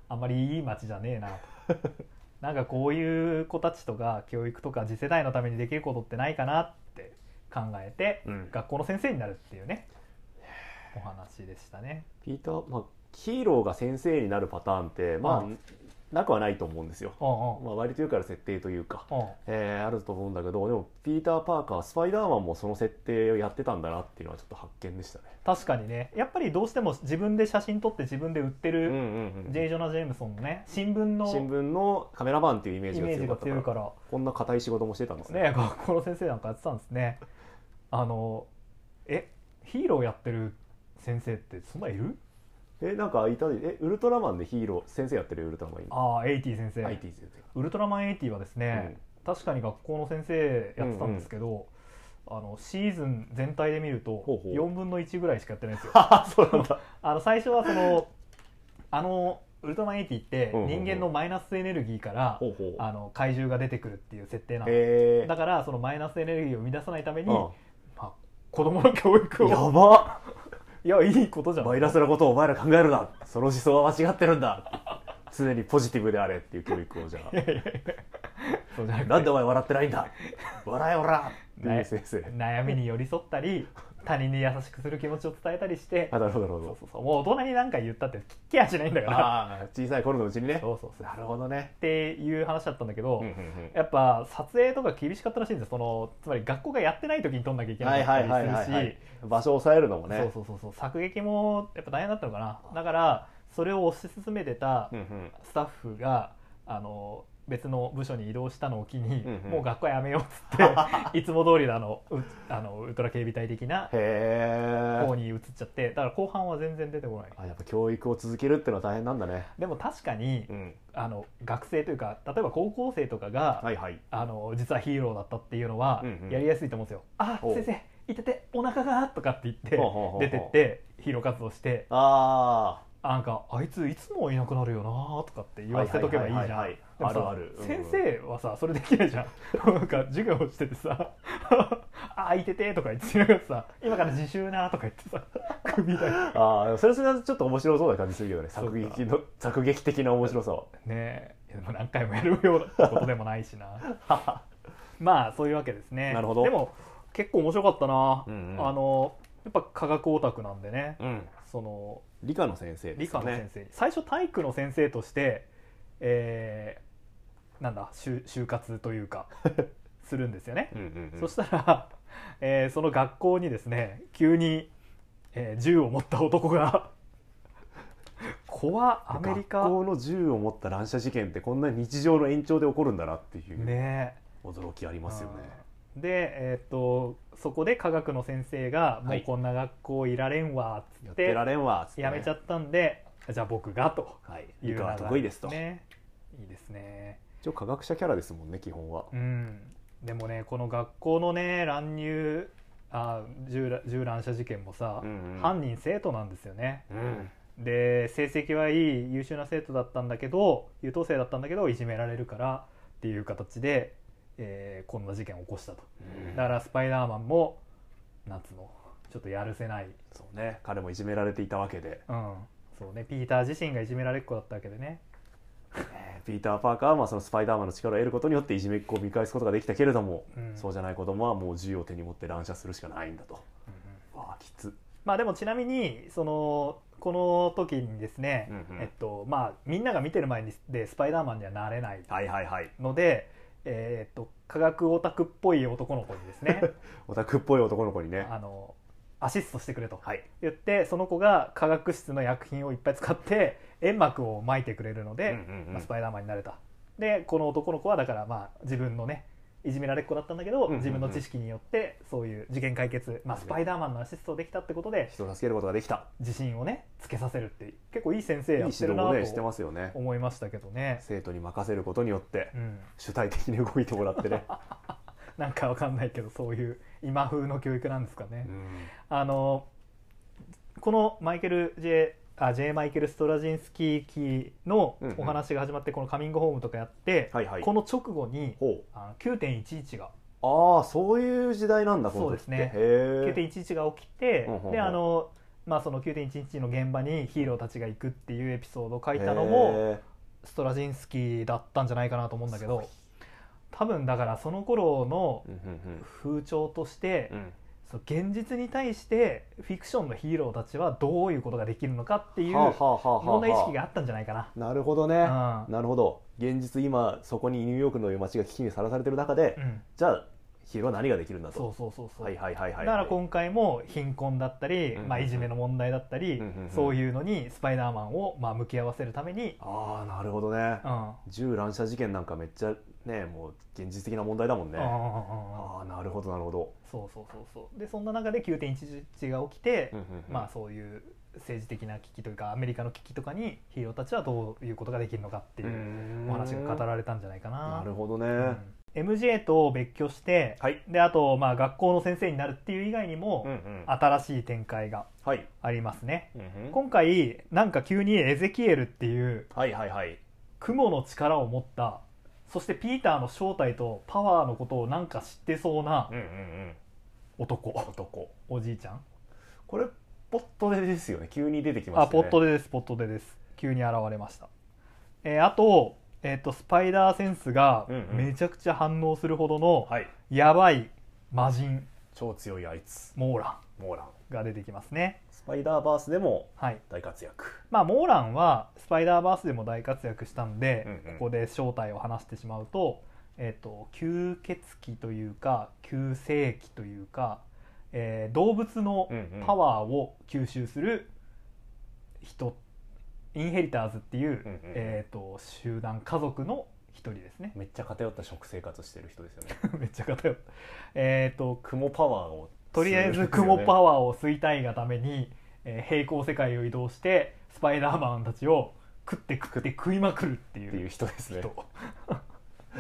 [SPEAKER 1] あんまりいい街じゃねえなと なんかこういう子たちとか教育とか次世代のためにできることってないかなって考えて
[SPEAKER 2] うん
[SPEAKER 1] 学校の先生になるっていうねお話でしたね。
[SPEAKER 2] ピーター、まあ、ヒーローが先生になるパターンって、まあ、
[SPEAKER 1] う
[SPEAKER 2] なくはないと思うんですよ。
[SPEAKER 1] うんうん
[SPEAKER 2] まあ、割と言うから設定というか、
[SPEAKER 1] うん
[SPEAKER 2] えーあると思うんだけど、でも、ピーター・パーカー、スパイダーマンもその設定をやってたんだなっていうのはちょっと発見でしたね。
[SPEAKER 1] 確かにねやっぱりどうしても自分で写真撮って自分で売って
[SPEAKER 2] うんう
[SPEAKER 1] る
[SPEAKER 2] ん
[SPEAKER 1] J. ジョナ・ジェームソンのね新聞の
[SPEAKER 2] 新聞のカメラマンっていうイメー
[SPEAKER 1] イ
[SPEAKER 2] ジが
[SPEAKER 1] メージが
[SPEAKER 2] 強かったか
[SPEAKER 1] 強い
[SPEAKER 2] ら、
[SPEAKER 1] から
[SPEAKER 2] こんな硬い仕事もしてたんですね。
[SPEAKER 1] ね 学校の先生なんかやってたんですねあのえヒーローやってる先生ってそんないる
[SPEAKER 2] え、なんかいた、え、ウルトラマンでヒーロー、先生やってるよウルトラマン今。
[SPEAKER 1] ああエイティ先生、
[SPEAKER 2] IT 先生
[SPEAKER 1] ウルトラマンエイティはですね、確かに学校の先生やってたんですけど、あのシーズン全体で見ると
[SPEAKER 2] ほうほう
[SPEAKER 1] 4分の1ぐらいしかやってないんですよ
[SPEAKER 2] が。 そうなんだ。
[SPEAKER 1] あの最初はそ のあのウルトラマンエイティって
[SPEAKER 2] うんうんうん
[SPEAKER 1] 人間のマイナスエネルギーから、
[SPEAKER 2] ほうほう。
[SPEAKER 1] あの怪獣が出てくるっていう設定なの、
[SPEAKER 2] えー
[SPEAKER 1] だからそのマイナスエネルギーを生み出さないために、
[SPEAKER 2] うん
[SPEAKER 1] まあ、子供の教育を
[SPEAKER 2] やばっ
[SPEAKER 1] いや、いいことじゃん。
[SPEAKER 2] マイナスなことをお前ら考えるなその思想は間違ってるんだ常にポジティブであれっていう教育をじゃあ
[SPEAKER 1] そうじゃなくて
[SPEAKER 2] なんでお前笑ってないんだ笑えおらっていう先生
[SPEAKER 1] 悩みに寄り添ったり、 他人に優しくする気持ちを伝えたりして、
[SPEAKER 2] あなるほどなる
[SPEAKER 1] そ
[SPEAKER 2] ほ
[SPEAKER 1] う
[SPEAKER 2] ど
[SPEAKER 1] そうそう、もう大人に何か言ったって聞きやしないんだから。
[SPEAKER 2] ああ小さい頃のうちにね
[SPEAKER 1] そうそうそう。
[SPEAKER 2] なるほどね
[SPEAKER 1] っていう話だったんだけど、
[SPEAKER 2] うんうん
[SPEAKER 1] やっぱ撮影とか厳しかったらしいんですよそのつまり学校がやってない時に撮んなきゃいけ
[SPEAKER 2] うん
[SPEAKER 1] な
[SPEAKER 2] はい
[SPEAKER 1] か
[SPEAKER 2] は
[SPEAKER 1] っ
[SPEAKER 2] いはいは
[SPEAKER 1] たり
[SPEAKER 2] い
[SPEAKER 1] す
[SPEAKER 2] は
[SPEAKER 1] るし
[SPEAKER 2] い場所を抑えるのもね
[SPEAKER 1] そうそうそうそう作劇もやっぱ大変だったのかなだからそれを推し進めてた
[SPEAKER 2] うんうん
[SPEAKER 1] スタッフがあの別の部署に移動したのを機に、
[SPEAKER 2] うんうん
[SPEAKER 1] もう学校やめようっつ っていつも通りのあのうあのウルトラ警備隊的な
[SPEAKER 2] へ
[SPEAKER 1] 方
[SPEAKER 2] え
[SPEAKER 1] に移っちゃってだから後半は全然出てこない
[SPEAKER 2] やっぱ教育を続けるってのは大変なんだね
[SPEAKER 1] でも確かに、
[SPEAKER 2] うん
[SPEAKER 1] あの学生というか例えば高校生とかが、
[SPEAKER 2] はいはい
[SPEAKER 1] あの実はヒーローだったっていうのは、
[SPEAKER 2] うんうん
[SPEAKER 1] やりやすいと思うんですよ「あ
[SPEAKER 2] おう
[SPEAKER 1] 先生いててお腹が」とかって言って
[SPEAKER 2] ほうほうほうほう
[SPEAKER 1] 出てってヒーロー活動して
[SPEAKER 2] ああ
[SPEAKER 1] あなんかあいついつもいなくなるよなとかって言わせとけばいいじゃん
[SPEAKER 2] はい
[SPEAKER 1] でも
[SPEAKER 2] あ
[SPEAKER 1] さ
[SPEAKER 2] るあるうん
[SPEAKER 1] 先生はさそれできないじゃんなんか授業しててさ 「あ空いてて」とか言ってながらさ「今から自習な」とか言ってさ 首だよ
[SPEAKER 2] ああそれそれはちょっと面白そうな感じするけどね
[SPEAKER 1] そうか
[SPEAKER 2] 作劇の作劇的な面白さは
[SPEAKER 1] ねえでも何回もやるようなことでもないしな まあそういうわけですね
[SPEAKER 2] なるほど
[SPEAKER 1] でも結構面白かったな、
[SPEAKER 2] うんうん
[SPEAKER 1] あのやっぱ科学オタクなんでね
[SPEAKER 2] うん
[SPEAKER 1] その
[SPEAKER 2] 理科の先生で
[SPEAKER 1] 理
[SPEAKER 2] すよ
[SPEAKER 1] 科の
[SPEAKER 2] ね
[SPEAKER 1] 先生、最初体育の先生として、えーなんだ就就活という かするんですよね、
[SPEAKER 2] うんうんうん
[SPEAKER 1] そしたら、えーその学校にですね急に、えー銃を持った男が怖アメリカ
[SPEAKER 2] 学校の銃を持った乱射事件ってこんな日常の延長で起こるんだなっていう
[SPEAKER 1] ねえ
[SPEAKER 2] 驚きありますよね
[SPEAKER 1] うんで、えーっとそこで科学の先生が「も
[SPEAKER 2] は
[SPEAKER 1] う
[SPEAKER 2] い
[SPEAKER 1] こんな学校いられんわ」っつ
[SPEAKER 2] や
[SPEAKER 1] っ
[SPEAKER 2] っててられんわっつってね
[SPEAKER 1] やめちゃったんで、じゃあ僕がと
[SPEAKER 2] はい
[SPEAKER 1] いう
[SPEAKER 2] 理科は得意ですと
[SPEAKER 1] 流れねいいですね
[SPEAKER 2] 一応科学者キャラですもんね基本は
[SPEAKER 1] うん、でもねこの学校のね乱入あ銃ら銃乱射事件もさ、犯人生徒なんですよね
[SPEAKER 2] うん
[SPEAKER 1] で成績はいい優秀な生徒だったんだけど優等生だったんだけどいじめられるからっていう形で、えーこんな事件を起こしたとだからスパイダーマンも夏のちょっとやるせない、
[SPEAKER 2] そうね彼もいじめられていたわけで
[SPEAKER 1] うん、そうねピーター自身がいじめられっ子だったわけでね
[SPEAKER 2] ピーター・パーカーはまあそのスパイダーマンの力を得ることによっていじめっ子を見返すことができたけれども、
[SPEAKER 1] うん
[SPEAKER 2] そうじゃない子供はもう銃を手に持って乱射するしかないんだと
[SPEAKER 1] うんうん
[SPEAKER 2] わあきつ、
[SPEAKER 1] まあでもちなみにそのこの時にですね、
[SPEAKER 2] うんうん
[SPEAKER 1] えっとまあ、みんなが見てる前にでスパイダーマンにはなれない
[SPEAKER 2] はいはいはい
[SPEAKER 1] ので、えーっと科学オタクっぽい男の子にです ね
[SPEAKER 2] オタクっぽい男の子にね
[SPEAKER 1] あのアシストしてくれと
[SPEAKER 2] はい
[SPEAKER 1] 言ってその子が科学室の薬品をいっぱい使って煙幕を撒いてくれるので、
[SPEAKER 2] うんうんうん
[SPEAKER 1] まあ、スパイダーマンになれたでこの男の子はだからまあ自分のねいじめられっ子だったんだけど、
[SPEAKER 2] うんうんうん
[SPEAKER 1] 自分の知識によってそういう事件解決、まあ、スパイダーマンのアシストできたってことで
[SPEAKER 2] 人を助けることができた
[SPEAKER 1] 自信をねつけさせるって結構いい先
[SPEAKER 2] い
[SPEAKER 1] 生や
[SPEAKER 2] い指
[SPEAKER 1] って
[SPEAKER 2] 導
[SPEAKER 1] るな
[SPEAKER 2] もねして
[SPEAKER 1] と
[SPEAKER 2] ますよね
[SPEAKER 1] 思いましたけどね、
[SPEAKER 2] 生徒に任せることによって
[SPEAKER 1] うん、
[SPEAKER 2] 主体的に動いてもらってね、
[SPEAKER 1] なんかわかんないけどそういう今風の教育なんですかね
[SPEAKER 2] う、ん
[SPEAKER 1] あのこのマイケル J あ J マイケル・ストラジンスキーキーの
[SPEAKER 2] うんうん
[SPEAKER 1] お話が始まってこの「カミングホーム」とかやって、
[SPEAKER 2] はいはい
[SPEAKER 1] この直後に
[SPEAKER 2] ほう
[SPEAKER 1] あの9.11が
[SPEAKER 2] ああそういう時代なんだこの時って
[SPEAKER 1] そうですね
[SPEAKER 2] へえ
[SPEAKER 1] 9.11が起きて、
[SPEAKER 2] うんうんうん
[SPEAKER 1] であのまあその9.11の現場にヒーローたちが行くっていうエピソードを書いたのも
[SPEAKER 2] へえ
[SPEAKER 1] ストラジンスキーだったんじゃないかなと思うんだけ
[SPEAKER 2] すごい
[SPEAKER 1] ど多分だからその頃の
[SPEAKER 2] うんうん
[SPEAKER 1] 風潮として、
[SPEAKER 2] うんうん
[SPEAKER 1] その現実に対してフィクションのヒーローたちはどういうことができるのかっていう
[SPEAKER 2] はあはあはあはあ
[SPEAKER 1] 問題意識があったんじゃないかな。
[SPEAKER 2] なるほどね、
[SPEAKER 1] うん
[SPEAKER 2] なるほど現実今そこにニューヨークの街が危機にさらされてる中で、
[SPEAKER 1] うん、
[SPEAKER 2] じゃあヒーローは何ができるんだ
[SPEAKER 1] そう
[SPEAKER 2] と
[SPEAKER 1] そうそうそう、
[SPEAKER 2] はいはいはいはい
[SPEAKER 1] だから今回も貧困だったり、
[SPEAKER 2] うん
[SPEAKER 1] まあ、いじめの問題だったり、
[SPEAKER 2] うんうんうん
[SPEAKER 1] そういうのにスパイダーマンをまあ向き合わせるために、
[SPEAKER 2] ああなるほどね、
[SPEAKER 1] うんうん
[SPEAKER 2] 銃乱射事件なんかめっちゃねもう現実的な問題だもんね、
[SPEAKER 1] うん
[SPEAKER 2] あ
[SPEAKER 1] うんうん
[SPEAKER 2] あなるほどなるほど、
[SPEAKER 1] そうそうそうそうでそんな中で9.11が起きて、
[SPEAKER 2] うんうんうん
[SPEAKER 1] まあ、そういう政治的な危機というかアメリカの危機とかにヒーローたちはどういうことができるのかっていうお話が語
[SPEAKER 2] れ
[SPEAKER 1] られたんじゃないかな
[SPEAKER 2] な。るほどね、
[SPEAKER 1] うん MJ と別居して、
[SPEAKER 2] はい
[SPEAKER 1] であとまあ学校の先生になるっていう以外にも、
[SPEAKER 2] ん
[SPEAKER 1] 新しい展開が
[SPEAKER 2] はい、
[SPEAKER 1] ありますね
[SPEAKER 2] うんうん
[SPEAKER 1] 今回なんか急にエゼキエルっていう
[SPEAKER 2] はいはいはい
[SPEAKER 1] 雲の力を持ったそしてピーターの正体とパワーのことをなんか知ってそうな
[SPEAKER 2] うんうんうん
[SPEAKER 1] 男
[SPEAKER 2] 男
[SPEAKER 1] おじいちゃん
[SPEAKER 2] これポットでですよね急に出てきま
[SPEAKER 1] あ
[SPEAKER 2] したね
[SPEAKER 1] ポットでですポットでです急に現れました、えーあと,、えー、とスパイダーセンスが
[SPEAKER 2] うんうん
[SPEAKER 1] めちゃくちゃ反応するほどの
[SPEAKER 2] はい
[SPEAKER 1] やばい魔人
[SPEAKER 2] 超強いあいつ
[SPEAKER 1] モーラ
[SPEAKER 2] モーラン
[SPEAKER 1] ンが出てきますね
[SPEAKER 2] スパイダーバースでも
[SPEAKER 1] はい
[SPEAKER 2] 大活躍
[SPEAKER 1] まあモーランはスパイダーバースでも大活躍したんで、
[SPEAKER 2] うんうん
[SPEAKER 1] ここで正体を話してしまうと,、えっと吸血鬼というか吸精鬼というか、えー動物のパワーを吸収する人、インヘリターズっていう、
[SPEAKER 2] うんうんうん
[SPEAKER 1] えっと集団家族の一人ですね
[SPEAKER 2] めっちゃ偏った食生活してる人ですよね
[SPEAKER 1] めっちゃ偏ったえっ、と
[SPEAKER 2] 雲パワーを
[SPEAKER 1] とりあえず雲パワーを吸いたいがために、えー平行世界を移動してスパイダーマンたちを食って食って食いまくるってい
[SPEAKER 2] っていう
[SPEAKER 1] う
[SPEAKER 2] 人ですね
[SPEAKER 1] 人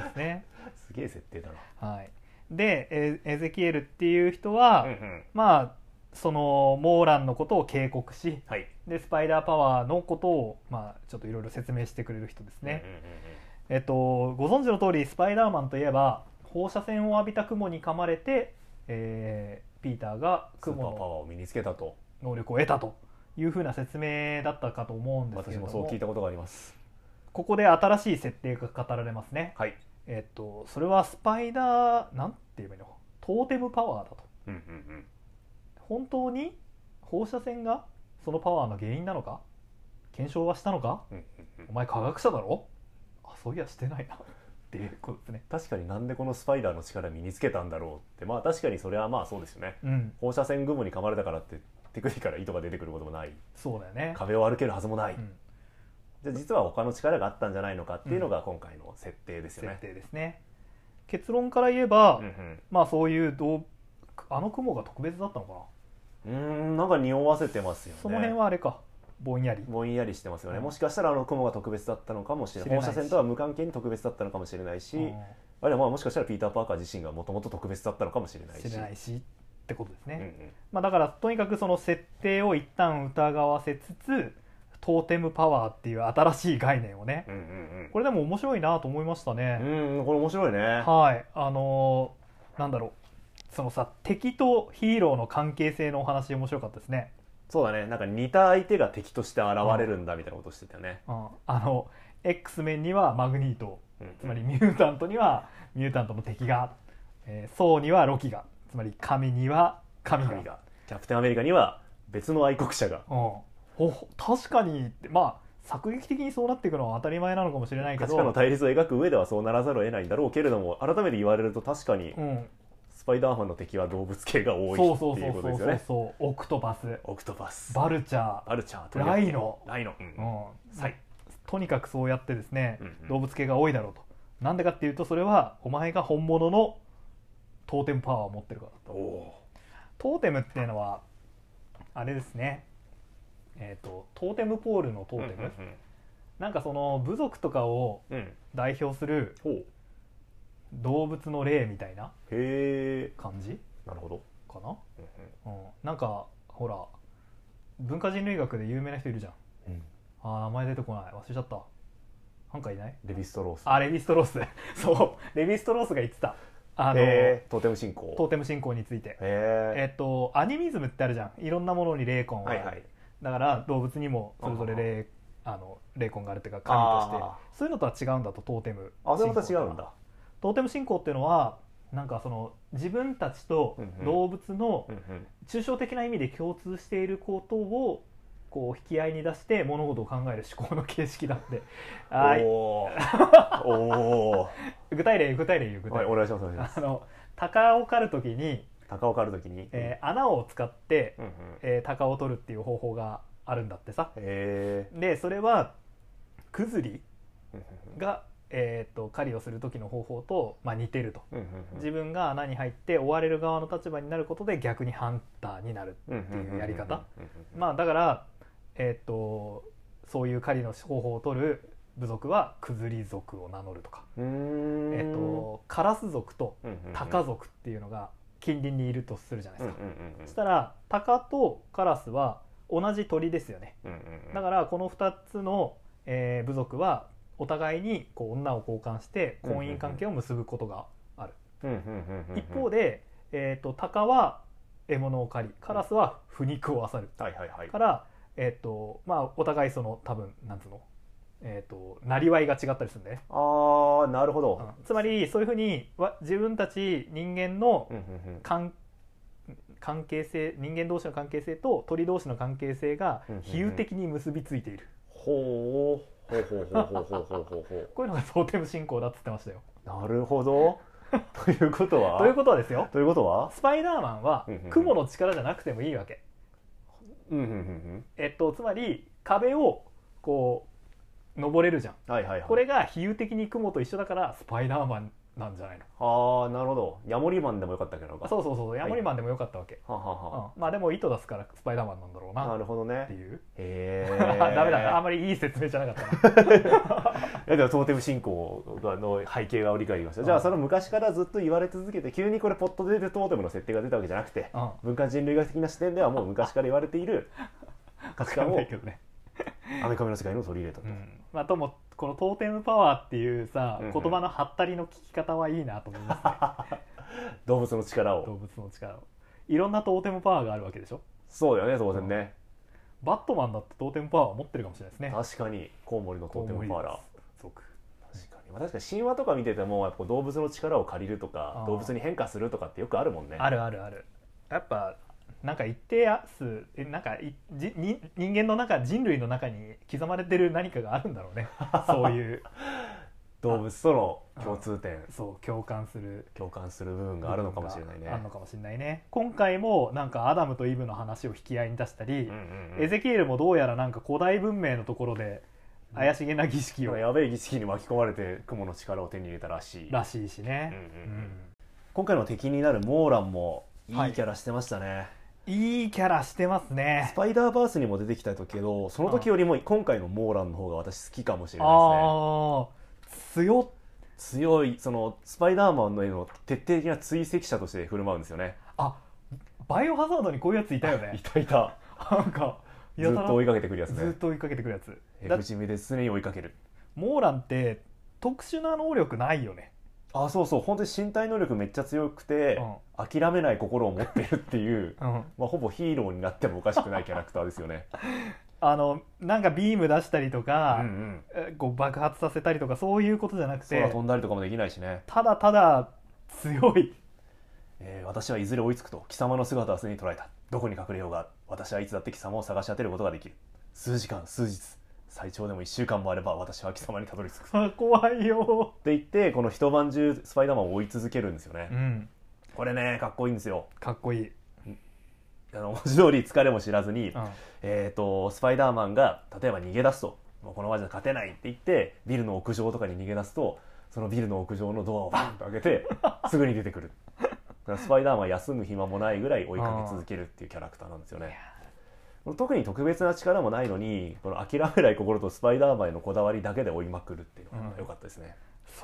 [SPEAKER 1] ですね。
[SPEAKER 2] すげえ設定だな
[SPEAKER 1] はい、でエエゼキエルっていう人は、まあそのモーランのことを警告し
[SPEAKER 2] はい
[SPEAKER 1] でスパイダーパワーのことを、まあ、ちょっといろいろ説明してくれる人ですね、えっと、ご存知の通りスパイダーマンといえば放射線を浴びた雲に噛まれて、えーピーターが
[SPEAKER 2] スーパ
[SPEAKER 1] 雲
[SPEAKER 2] ーパワー
[SPEAKER 1] の
[SPEAKER 2] を身につけたと
[SPEAKER 1] 能力を得たというふうな説明だったかと思うんですけれど
[SPEAKER 2] 私
[SPEAKER 1] も
[SPEAKER 2] もそう聞いたことがあります
[SPEAKER 1] ここで新しい設定が語られますね
[SPEAKER 2] はい、
[SPEAKER 1] えっとそれはスパイダーなんて言えばいいのトーテムパワーだと
[SPEAKER 2] うんうん
[SPEAKER 1] 本当に放射線がそのパワーの原因なのか検証はしたのか
[SPEAKER 2] うんうんうん
[SPEAKER 1] お前科学者だろあそういやしてないなっていうことですね
[SPEAKER 2] 確かになんでこのスパイダーの力身につけたんだろうってまあ確かにそれはまあそうですよね
[SPEAKER 1] うん
[SPEAKER 2] 放射線雲に噛まれたからって手首から糸が出てくることもない
[SPEAKER 1] そうだよね、
[SPEAKER 2] 壁を歩けるはずもない、
[SPEAKER 1] うん、
[SPEAKER 2] じゃあ実は他の力があったんじゃないのかっていうのが今回の設定ですよ
[SPEAKER 1] 設
[SPEAKER 2] ね、
[SPEAKER 1] 定ですね結論から言えば、
[SPEAKER 2] うん
[SPEAKER 1] まあそういうどうあの雲が特別だったのかな、
[SPEAKER 2] うんうーんなんか匂わせてますよね
[SPEAKER 1] その辺はあれかぼんやり
[SPEAKER 2] ぼんやりしてますよね、
[SPEAKER 1] うん
[SPEAKER 2] もしかしたらあの雲が特別だったのかもしれな
[SPEAKER 1] 知
[SPEAKER 2] い
[SPEAKER 1] れないし
[SPEAKER 2] 放射線とは無関係に特別だったのかもしれないし、
[SPEAKER 1] うん
[SPEAKER 2] あるいはまあもしかしたらピーター・パーカー自身がもともと特別だったのかもしれないし
[SPEAKER 1] 知れないしってことですね、
[SPEAKER 2] うんうん
[SPEAKER 1] まあ、だからとにかくその設定を一旦疑わせつつトーテムパワーっていう新しい概念をね
[SPEAKER 2] うんうん
[SPEAKER 1] これでも面白いなと思いました
[SPEAKER 2] う
[SPEAKER 1] ね、
[SPEAKER 2] んうんこれ面白いね
[SPEAKER 1] はいあのーなんだろうそのさ敵とヒーローの関係性のお話面白かったですね、
[SPEAKER 2] そうだねなんか似た相手が敵として現れるんだみたいなことしてたよね、
[SPEAKER 1] うん、あの X メンにはマグニート
[SPEAKER 2] うん
[SPEAKER 1] つまりミュータントにはミュータントの敵が、えーソーにはロキがつまり神には神が
[SPEAKER 2] 神がキャプテンアメリカには別の愛国者が
[SPEAKER 1] うん、お確かにってまあ作劇的にそうなっていくのは当たり前なのかもしれないけ
[SPEAKER 2] 価値観の
[SPEAKER 1] ど、
[SPEAKER 2] 対立を描く上ではそうならざるを得ないんだろうけれども改めて言われると確かに
[SPEAKER 1] うん、
[SPEAKER 2] スパイダーマンの敵は動物系が多い
[SPEAKER 1] そうそう
[SPEAKER 2] って
[SPEAKER 1] そ
[SPEAKER 2] いううこと
[SPEAKER 1] そ
[SPEAKER 2] で
[SPEAKER 1] う
[SPEAKER 2] す
[SPEAKER 1] そ
[SPEAKER 2] よ
[SPEAKER 1] う
[SPEAKER 2] ね
[SPEAKER 1] そうオクトパス
[SPEAKER 2] オクトパス
[SPEAKER 1] バルチャー、
[SPEAKER 2] バルチャー
[SPEAKER 1] ライノ
[SPEAKER 2] ライノ、うん
[SPEAKER 1] うん
[SPEAKER 2] はい
[SPEAKER 1] とにかくそうやってですね、
[SPEAKER 2] うんうん
[SPEAKER 1] 動物系が多いだろうとなんでかっていうとそれはお前が本物のトーテムパワーを持ってるから
[SPEAKER 2] おお
[SPEAKER 1] トーテムっていうのはあれですねえっ、とトーテムポールのト
[SPEAKER 2] ー
[SPEAKER 1] ーテム、
[SPEAKER 2] うん
[SPEAKER 1] なんかその部族とかを
[SPEAKER 2] うんうん
[SPEAKER 1] 代表する
[SPEAKER 2] ほうへ
[SPEAKER 1] 動物の霊みたいな
[SPEAKER 2] え
[SPEAKER 1] 感じ
[SPEAKER 2] なるほど、
[SPEAKER 1] かな、
[SPEAKER 2] うん
[SPEAKER 1] うん、なんかほら文化人類学で有名な人いるじゃん
[SPEAKER 2] うんうん、
[SPEAKER 1] あー名前出てこない忘れちゃったなんかいない
[SPEAKER 2] レヴィストロース
[SPEAKER 1] あレヴィストロース そうレヴィストロースが言ってたあの
[SPEAKER 2] へえトーテム信仰
[SPEAKER 1] トーテム信仰について
[SPEAKER 2] へえ
[SPEAKER 1] えっとアニミズムってあるじゃんいろんなものに霊魂があ
[SPEAKER 2] は
[SPEAKER 1] る、
[SPEAKER 2] いはい
[SPEAKER 1] だから動物にもそれぞれ霊あの霊魂があるっていうか神として
[SPEAKER 2] あ
[SPEAKER 1] そういうのとは違うんだとトーテム
[SPEAKER 2] あそれまた違
[SPEAKER 1] 信仰
[SPEAKER 2] うんだ
[SPEAKER 1] トーテム信仰っていうのはなんかその自分たちと動物の
[SPEAKER 2] うんうん
[SPEAKER 1] 抽象的な意味で共通していることをこう引き合いに出して物事を考える思考の形式だってはい
[SPEAKER 2] お ーお
[SPEAKER 1] 具体例具体例言う具
[SPEAKER 2] ーはい
[SPEAKER 1] 体例
[SPEAKER 2] お願いしますお願いします
[SPEAKER 1] あの鷹を狩る時に、
[SPEAKER 2] 鷹を狩るときに
[SPEAKER 1] えー穴を使って、
[SPEAKER 2] うんうん
[SPEAKER 1] えー鷹を取るっていう方法があるんだってさ
[SPEAKER 2] へえ
[SPEAKER 1] でそれはクズリ
[SPEAKER 2] うん
[SPEAKER 1] が、えー、と狩りをする時の方法と、まあ、似てると
[SPEAKER 2] うん
[SPEAKER 1] 自分が穴に入って追われる側の立場になることで逆にハンターになる
[SPEAKER 2] うん
[SPEAKER 1] ていうやり方
[SPEAKER 2] うんうんうん
[SPEAKER 1] まあだからえっ、とそういう狩りの方法を取る部族はクズリ族を名乗るとか、
[SPEAKER 2] うーん
[SPEAKER 1] えっ、とカラス族と
[SPEAKER 2] うんうんうん
[SPEAKER 1] タカ族っていうのが近隣にいるとするじゃない
[SPEAKER 2] うん
[SPEAKER 1] で
[SPEAKER 2] うん
[SPEAKER 1] すか、
[SPEAKER 2] うん
[SPEAKER 1] そしたらタカとカラスは同じ鳥ですよね
[SPEAKER 2] うんうんうん
[SPEAKER 1] だからこの2つの、えー部族はお互いにこう女を交換して婚姻関係を結ぶことがある、
[SPEAKER 2] うんうんうんうんうん
[SPEAKER 1] 一方で、えー、とタカは獲物を狩りカラスは腐肉を漁る
[SPEAKER 2] はいはいはい
[SPEAKER 1] から、えっとまあ、お互いその多分なんつうの、えっとなりわいが違ったりするんだよね、
[SPEAKER 2] ああなるほ
[SPEAKER 1] う
[SPEAKER 2] ど
[SPEAKER 1] んつまりそういうふうにわ自分たち人間の
[SPEAKER 2] うんうんうん
[SPEAKER 1] 関関係性人間同士の関係性と鳥同士の関係性が
[SPEAKER 2] うんうんうん
[SPEAKER 1] 比喩的に結びついている、
[SPEAKER 2] ほうほうほうほうほうほうほうほう ほう
[SPEAKER 1] こういうのがトーテム信仰だっつってましたよ
[SPEAKER 2] なるほどということは
[SPEAKER 1] ということはですよ
[SPEAKER 2] ということは
[SPEAKER 1] スパイダーマンは
[SPEAKER 2] うんうんうん
[SPEAKER 1] 雲の力じゃなくてもいいわけ、
[SPEAKER 2] うんうんうん
[SPEAKER 1] えっと、つまり壁をこう登れるじゃん
[SPEAKER 2] うんはいはいはい
[SPEAKER 1] これが比喩的に雲と一緒だからスパイダーマンなんじゃないの
[SPEAKER 2] ああなるほどヤモリマンでもよかったけどなんか
[SPEAKER 1] そうそうそうヤモリマンでもよかったわけ、
[SPEAKER 2] はははは、
[SPEAKER 1] うん、まあでも糸出すからスパイダーマンなんだろうな
[SPEAKER 2] な
[SPEAKER 1] っ
[SPEAKER 2] るほど
[SPEAKER 1] て
[SPEAKER 2] ね
[SPEAKER 1] いう、
[SPEAKER 2] へ え
[SPEAKER 1] ダメだなあんまりいい説明じゃ なかったな
[SPEAKER 2] いやでもトーテム信仰の背景が理解できましたじゃ
[SPEAKER 1] う
[SPEAKER 2] あ
[SPEAKER 1] ん
[SPEAKER 2] その昔からずっと言われ続けて急にこれポットでトーテムの設定が出たわけじゃなく て
[SPEAKER 1] うん
[SPEAKER 2] 文化人類学的な視点ではもう昔から言われている価値
[SPEAKER 1] 分か
[SPEAKER 2] 観
[SPEAKER 1] ん
[SPEAKER 2] を
[SPEAKER 1] ないけどね、
[SPEAKER 2] アメカメの世界にも取り入れたと、
[SPEAKER 1] うんまあ、ともこのトーテムパワーっていうさ、
[SPEAKER 2] うんうん
[SPEAKER 1] 言葉のハったりの聞き方はいいなと思いますね
[SPEAKER 2] 動物の力
[SPEAKER 1] 動
[SPEAKER 2] を
[SPEAKER 1] 物の力をいろんなトーテムパワーがあるわけでしょ
[SPEAKER 2] そうだよね当然ね、
[SPEAKER 1] バットマンだってトーテムパワーを持ってるかもしれないですね
[SPEAKER 2] 確かにコウモリのトーテムパワーラ
[SPEAKER 1] 族
[SPEAKER 2] 確かに、まあ、確かに神話とか見ててもやっぱこう動物の力を借りると
[SPEAKER 1] あ
[SPEAKER 2] か
[SPEAKER 1] ー
[SPEAKER 2] 動物に変化するとかってよくあるもんね
[SPEAKER 1] あるあるあるやっぱなんか一定数えなんかいじに人間の中人類の中に刻まれてる何かがあるんだろう ねそういう
[SPEAKER 2] 動物との共通点
[SPEAKER 1] そう共感する
[SPEAKER 2] 共感する部分があるのかもしれないね
[SPEAKER 1] あるのかもしれないね今回もなんかアダムとイブの話を引き合いに出したり、
[SPEAKER 2] うんうんう
[SPEAKER 1] エ
[SPEAKER 2] ん
[SPEAKER 1] ゼキエルもどうやらなんか古代文明のところで怪しげな儀式を
[SPEAKER 2] やべえ儀式に巻き込まれて雲の力を手に入れたらしい
[SPEAKER 1] らしいしね、
[SPEAKER 2] うんうんうん今回の敵になるモーランもいいキ
[SPEAKER 1] はい
[SPEAKER 2] ャラしてましたね、
[SPEAKER 1] うんいいキャラしてますね
[SPEAKER 2] スパイダーバースにも出てきたけどその時よりも今回のモーランの方が私好きかもしれない
[SPEAKER 1] ああ強っ
[SPEAKER 2] ですね強いそのスパイダーマンの絵の徹底的な追跡者として振る舞うんですよね
[SPEAKER 1] あバイオハザードにこういうやついたよ
[SPEAKER 2] い
[SPEAKER 1] ね
[SPEAKER 2] たいた
[SPEAKER 1] なんか
[SPEAKER 2] ずっと追い
[SPEAKER 1] か
[SPEAKER 2] かけてくるやつ
[SPEAKER 1] ずっ
[SPEAKER 2] ね
[SPEAKER 1] と追いかけてくるやつ
[SPEAKER 2] え
[SPEAKER 1] だ
[SPEAKER 2] 不死身で常に追いかける
[SPEAKER 1] モーランって特殊な能力ないよね
[SPEAKER 2] あそうそう本当に身体能力めっちゃ強くて、諦めない心を持ってるっていう、
[SPEAKER 1] うん
[SPEAKER 2] まあ、ほぼヒーローになってもおかしくないキャラクターです よね
[SPEAKER 1] あのなんかビーム出したりとか、
[SPEAKER 2] うんうん
[SPEAKER 1] えこう爆発させたりとかそういうことじゃなく
[SPEAKER 2] 空
[SPEAKER 1] て
[SPEAKER 2] 飛んだりとかもできないしね、
[SPEAKER 1] ただただ強い
[SPEAKER 2] えー私はいずれ追いつくと貴様の姿はすでに捉えたどこに隠れようが私はいつだって貴様を探し当てることができる数時間数日最長でも1週間もあれば私は貴様にたどり着くって
[SPEAKER 1] あ怖いよ、
[SPEAKER 2] 言ってこの一晩中スパイダーマンを追い続けるんですよね、
[SPEAKER 1] うん、
[SPEAKER 2] これねかっこいいんですよ
[SPEAKER 1] かっこいい、
[SPEAKER 2] あの文字通り疲れも知らずに、
[SPEAKER 1] うん
[SPEAKER 2] えー、とスパイダーマンが例えば逃げ出すともうこのままじゃ勝てないって言ってビルの屋上とかに逃げ出すとそのビルの屋上のドアをバンと開けて すぐに出てくるだからスパイダーマン休む暇もないぐらい追いかけ続けるっていうキャラクターなんですよ
[SPEAKER 1] い
[SPEAKER 2] ね
[SPEAKER 1] や
[SPEAKER 2] 特に特別な力もないのにこの諦めない心とスパイダーマンへのこだわりだけで追いまくるっていうの
[SPEAKER 1] う
[SPEAKER 2] が
[SPEAKER 1] ん
[SPEAKER 2] 良かったですね、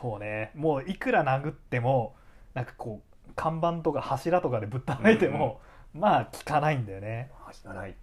[SPEAKER 1] そうねもういくら殴ってもなんかこう看板とか柱とかでぶったたいても、まあ効かないんだよね
[SPEAKER 2] あ引かない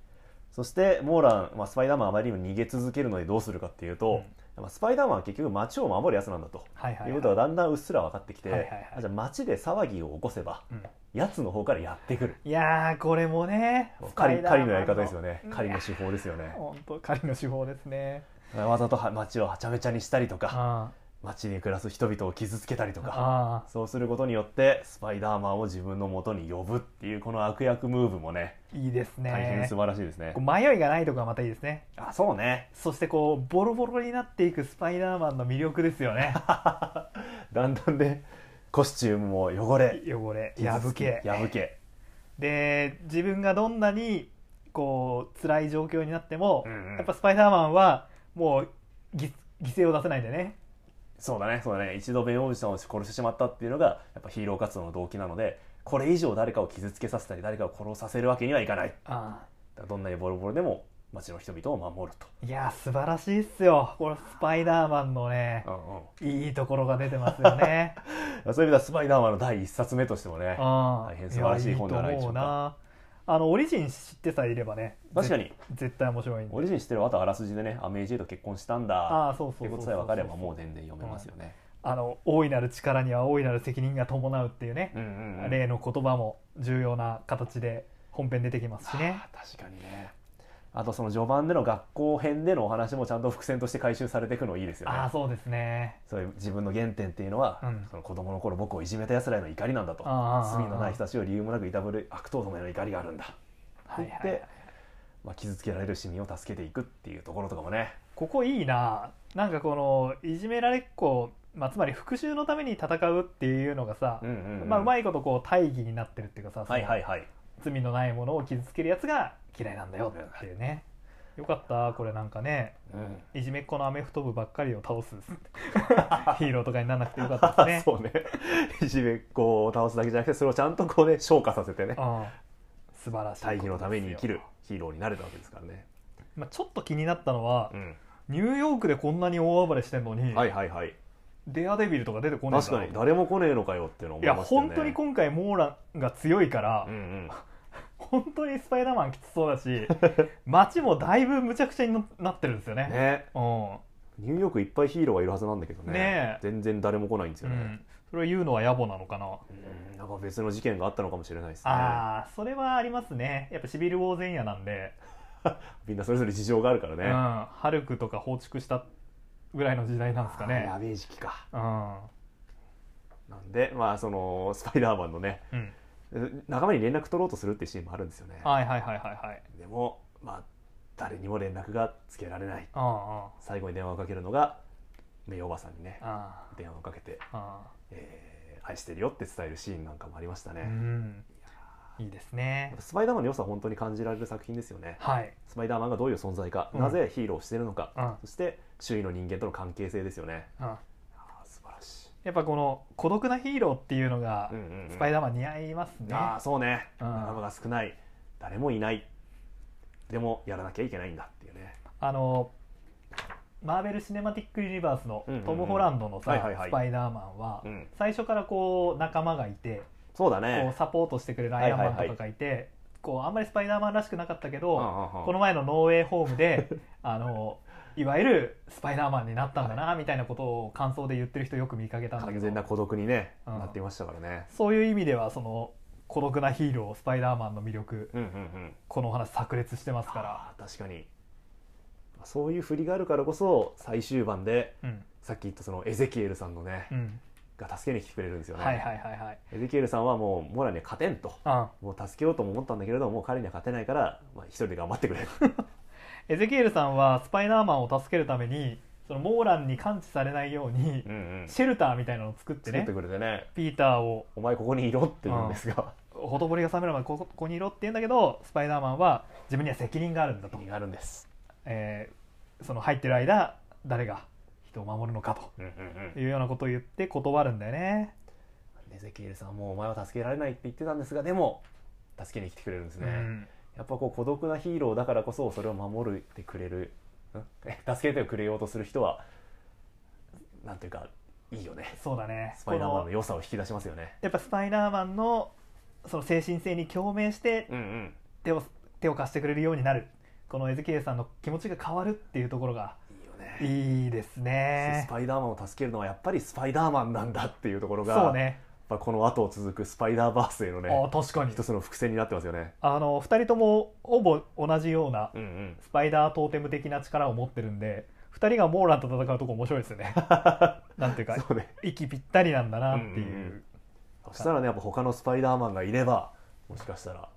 [SPEAKER 2] そしてモーラン、まあ、スパイダーマンはあまりにも逃げ続けるのでどうするかっていう
[SPEAKER 1] うん
[SPEAKER 2] と、まあスパイダーマンは結局街を守るやつなんだと
[SPEAKER 1] はいはいい、は
[SPEAKER 2] うこ
[SPEAKER 1] い
[SPEAKER 2] とがだんだんうっすら分かってきて、
[SPEAKER 1] はいはいはい
[SPEAKER 2] あじゃあ街で騒ぎを起こせば
[SPEAKER 1] うん
[SPEAKER 2] やつの方からやってくる
[SPEAKER 1] いやーこれもね
[SPEAKER 2] 狩り狩りのやり方ですよね狩りの
[SPEAKER 1] 手
[SPEAKER 2] 手法ですよね
[SPEAKER 1] 法本当狩りの手法ですね
[SPEAKER 2] わざとは街をはちゃめちゃにしたりとか
[SPEAKER 1] あ
[SPEAKER 2] 街に暮らす人々を傷つけたりと
[SPEAKER 1] あ
[SPEAKER 2] か
[SPEAKER 1] あ
[SPEAKER 2] そうすることによってスパイダーマンを自分の元に呼ぶっていうこの悪役ムーブもね
[SPEAKER 1] あいいですね
[SPEAKER 2] 大変素晴らしいですね
[SPEAKER 1] こう迷いがないとかまたいいですね
[SPEAKER 2] あそうね
[SPEAKER 1] そしてこうボロボロになっていくスパイダーマンの魅力ですよ ね
[SPEAKER 2] だんだんねコスチュームも汚れ
[SPEAKER 1] 汚れ
[SPEAKER 2] 傷
[SPEAKER 1] 破
[SPEAKER 2] つき
[SPEAKER 1] け
[SPEAKER 2] 破け
[SPEAKER 1] で自分がどんなにこう辛い状況になっても、
[SPEAKER 2] うんうん
[SPEAKER 1] やっぱスパイダーマンはもうぎ犠牲を出せないんでね
[SPEAKER 2] そうだねそうだね一度弁護士さんを殺してしまったっていうのがやっぱヒーロー活動の動機なのでこれ以上誰かを傷つけさせたり誰かを殺させるわけにはいかないだか
[SPEAKER 1] あ
[SPEAKER 2] らどんなにボロボロでも街の人々を守ると、
[SPEAKER 1] あいやー素晴らしいっすよこのスパイダーマンのねいいところが出てますよね。
[SPEAKER 2] そういう意味ではスパイダーマンの第一冊目としてもね
[SPEAKER 1] 大
[SPEAKER 2] 変素晴らしい本じゃないでしょうか
[SPEAKER 1] な。あのオリジン知ってさえいればね、
[SPEAKER 2] 確か
[SPEAKER 1] に
[SPEAKER 2] に
[SPEAKER 1] 絶対面白いんで。
[SPEAKER 2] オリジン知ってるあとあらすじでねアメージェイと結婚したんだ
[SPEAKER 1] ああそう
[SPEAKER 2] っ
[SPEAKER 1] そ
[SPEAKER 2] て
[SPEAKER 1] う
[SPEAKER 2] こ
[SPEAKER 1] そうそ
[SPEAKER 2] とさえ
[SPEAKER 1] う
[SPEAKER 2] 分かればもう全然読めますよね
[SPEAKER 1] あの大いなる力には大いなる責任が伴うっていうね、
[SPEAKER 2] うんうんうん
[SPEAKER 1] 例の言葉も重要な形で本編出てきますしね
[SPEAKER 2] は。あ確かにねあとその序盤での学校編でのお話もちゃんと伏線として回収されていくのいいですよね
[SPEAKER 1] ああそうですね。
[SPEAKER 2] そういう自分の原点っていうのは、
[SPEAKER 1] うん
[SPEAKER 2] その子供の頃僕をいじめた奴らへの怒りなんだと
[SPEAKER 1] ああ
[SPEAKER 2] 罪のない人たちを理由もなくいたぶる悪党どもへの怒りがあるんだ
[SPEAKER 1] はいは
[SPEAKER 2] って
[SPEAKER 1] い
[SPEAKER 2] 言って、まあ、傷つけられる市民を助けていくっていうところとかもね
[SPEAKER 1] ここいいな。なんかこのいじめられっ子、まあつまり復讐のために戦うっていうのがさ、
[SPEAKER 2] んう
[SPEAKER 1] まあうま
[SPEAKER 2] い
[SPEAKER 1] いことこう大義になってるっていうかさ、その
[SPEAKER 2] はいはいはい
[SPEAKER 1] 罪のないものを傷つけるやつが嫌いなんだよっていうねよかったこれなんかね
[SPEAKER 2] うん
[SPEAKER 1] いじめっ子のアメフト部ばっかりを倒す ヒーローとかにならなくてよかったですね
[SPEAKER 2] そうね いじめっ子を倒すだけじゃなくてそれをちゃんとこうね昇華させてね
[SPEAKER 1] うん素晴らしいことですよ
[SPEAKER 2] 大義のために生きるヒーローになれたわけですからね、
[SPEAKER 1] まあ、ちょっと気になったのは、
[SPEAKER 2] うん、
[SPEAKER 1] ニューヨークでこんなに大暴れしてんのに、
[SPEAKER 2] はいはいはい
[SPEAKER 1] デアデビルとか出てこない
[SPEAKER 2] 確かに誰も来ねえのかよっていうのを
[SPEAKER 1] い
[SPEAKER 2] 思い
[SPEAKER 1] や
[SPEAKER 2] ましたよね
[SPEAKER 1] 本当に今回モーランが強いから、
[SPEAKER 2] うんうん
[SPEAKER 1] 本当にスパイダーマンきつそうだし 街もだいぶむちゃくちゃになってるんですよね
[SPEAKER 2] ね
[SPEAKER 1] うん
[SPEAKER 2] ニューヨークいっぱいヒーローがいるはずなんだけどね
[SPEAKER 1] ねえ
[SPEAKER 2] 全然誰も来ないんです
[SPEAKER 1] う
[SPEAKER 2] よね、
[SPEAKER 1] ん、それを言うのは野暮なのかな、
[SPEAKER 2] うんなんか別の事件があったのかもしれないですね
[SPEAKER 1] ああそれはありますねやっぱシビルウォー前夜なんで、
[SPEAKER 2] みんなそれぞれ事情があるからね
[SPEAKER 1] うん、ハルクとか放逐したぐらいの時代なんですか
[SPEAKER 2] あー
[SPEAKER 1] ね
[SPEAKER 2] やべえ時期か
[SPEAKER 1] うん、
[SPEAKER 2] なんでまあそのスパイダーマンのね
[SPEAKER 1] うん、
[SPEAKER 2] 仲間に連絡取ろうとするっていうシーンもあるんですよね
[SPEAKER 1] はいはいはいはいはい
[SPEAKER 2] でもまあ誰にも連絡がつけられない
[SPEAKER 1] あ
[SPEAKER 2] 最後に電話をかけるのがメイおばさんにね
[SPEAKER 1] ああ
[SPEAKER 2] 電話をかけて、
[SPEAKER 1] ああ
[SPEAKER 2] えー愛してるよ」って伝えるシーンなんかもありました
[SPEAKER 1] あ
[SPEAKER 2] ね、
[SPEAKER 1] うんいいですね
[SPEAKER 2] やっぱスパイダーマンの良さは本当に感じられる作品ですよね
[SPEAKER 1] はい、
[SPEAKER 2] スパイダーマンがどういう存在か、
[SPEAKER 1] うん
[SPEAKER 2] なぜヒーローをしてるのか、
[SPEAKER 1] うん
[SPEAKER 2] そして周囲の人間との関係性ですよね
[SPEAKER 1] うん、
[SPEAKER 2] あー素晴らしい、
[SPEAKER 1] やっぱこの孤独なヒーローっていうのが
[SPEAKER 2] ん
[SPEAKER 1] スパイ
[SPEAKER 2] ダ
[SPEAKER 1] ダーマン似合いますね、
[SPEAKER 2] ああそうね、
[SPEAKER 1] うん
[SPEAKER 2] 仲間が少ない誰もいないでもやらなきゃいけないんだっていうね
[SPEAKER 1] あのマーベル・シネマティック・ユニバースの
[SPEAKER 2] うんうんうん
[SPEAKER 1] トム・ホランドのさ、
[SPEAKER 2] はいはいはい
[SPEAKER 1] スパイダーマンは、
[SPEAKER 2] うん
[SPEAKER 1] 最初からこう仲間がいて、
[SPEAKER 2] そうだ
[SPEAKER 1] こ
[SPEAKER 2] ね
[SPEAKER 1] うサポートしてくれるアイアンマン
[SPEAKER 2] はいはいはい
[SPEAKER 1] とかがいて、こうあんまりスパイダーマンらしくなかったけど、こ
[SPEAKER 2] こ
[SPEAKER 1] の前のノーウェイホーム であのいわゆるスパイダーマンになったんだなみたいなことを感想で言ってる人よく見かけたんだけ
[SPEAKER 2] 完
[SPEAKER 1] ど
[SPEAKER 2] 全な孤独にね、
[SPEAKER 1] うん
[SPEAKER 2] なっていましたからね
[SPEAKER 1] そういう意味ではその孤独なヒーロースパイダーマンの魅力
[SPEAKER 2] うんうんうん
[SPEAKER 1] このお話炸裂してますか
[SPEAKER 2] あー確かにそういう振りがあるからこそ最終盤で
[SPEAKER 1] らうん
[SPEAKER 2] さっき言ったそのエゼキエルさんのね、
[SPEAKER 1] うん
[SPEAKER 2] が助けに来てくれるんですよね、
[SPEAKER 1] はいはいはいはい
[SPEAKER 2] エゼキエルさんはもうモラには勝てんと
[SPEAKER 1] うん
[SPEAKER 2] もう助けようとも思ったんだけれどもう彼には勝てないから、まあ、一人で頑張ってくれ
[SPEAKER 1] エゼキエルさんはスパイダーマンを助けるためにそのモーランに感知されないように
[SPEAKER 2] うん、うん、
[SPEAKER 1] シェルターみたいなのを作って
[SPEAKER 2] 作っ
[SPEAKER 1] ね
[SPEAKER 2] てくれてね
[SPEAKER 1] ピーターを
[SPEAKER 2] お前ここにいろって言うんですが
[SPEAKER 1] ほとぼりが冷めるまでここここにいろって言うんだけどスパイダーマンは自分には責任があるんだと
[SPEAKER 2] 意、味があるんです、
[SPEAKER 1] えーその入ってる間誰が人を守るのか
[SPEAKER 2] うんうんうん
[SPEAKER 1] というようなことを言って断るんだよね
[SPEAKER 2] エゼキエルさんもうお前は助けられないって言ってたんですがでも助けに来てくれるんですね、
[SPEAKER 1] うん
[SPEAKER 2] やっぱこう孤独なヒーローだからこそそれを守ってくれるん助けてくれようとする人はなんていうかいいよね
[SPEAKER 1] そうだね
[SPEAKER 2] スパイダーマン
[SPEAKER 1] こ
[SPEAKER 2] の
[SPEAKER 1] の
[SPEAKER 2] 良さを引き出しますよね
[SPEAKER 1] やっぱスパイダーマンのその精神性に共鳴して
[SPEAKER 2] うんうん
[SPEAKER 1] 手を手を貸してくれるようになるこのエゼキエルさんの気持ちが変わるっていうところが
[SPEAKER 2] いいよね
[SPEAKER 1] いいですね
[SPEAKER 2] ス。パイダーマンを助けるのはやっぱりスパイダーマンなんだっていうところが
[SPEAKER 1] そうね。
[SPEAKER 2] やっぱこの後を続くスパイダーバースへの
[SPEAKER 1] あ
[SPEAKER 2] ね
[SPEAKER 1] 確かに
[SPEAKER 2] 一。つの伏線になってますよね
[SPEAKER 1] あの二人ともほぼ同じような
[SPEAKER 2] うんうん
[SPEAKER 1] スパイダートーテム的な力を持ってるんで、二人がモーランと戦うとこ面白いですよ ね。なんていうか
[SPEAKER 2] そうね
[SPEAKER 1] 息ぴったりなんだなっていう。
[SPEAKER 2] うんうんうんそしたらねやっぱ他のスパイダーマンがいればもしかしたら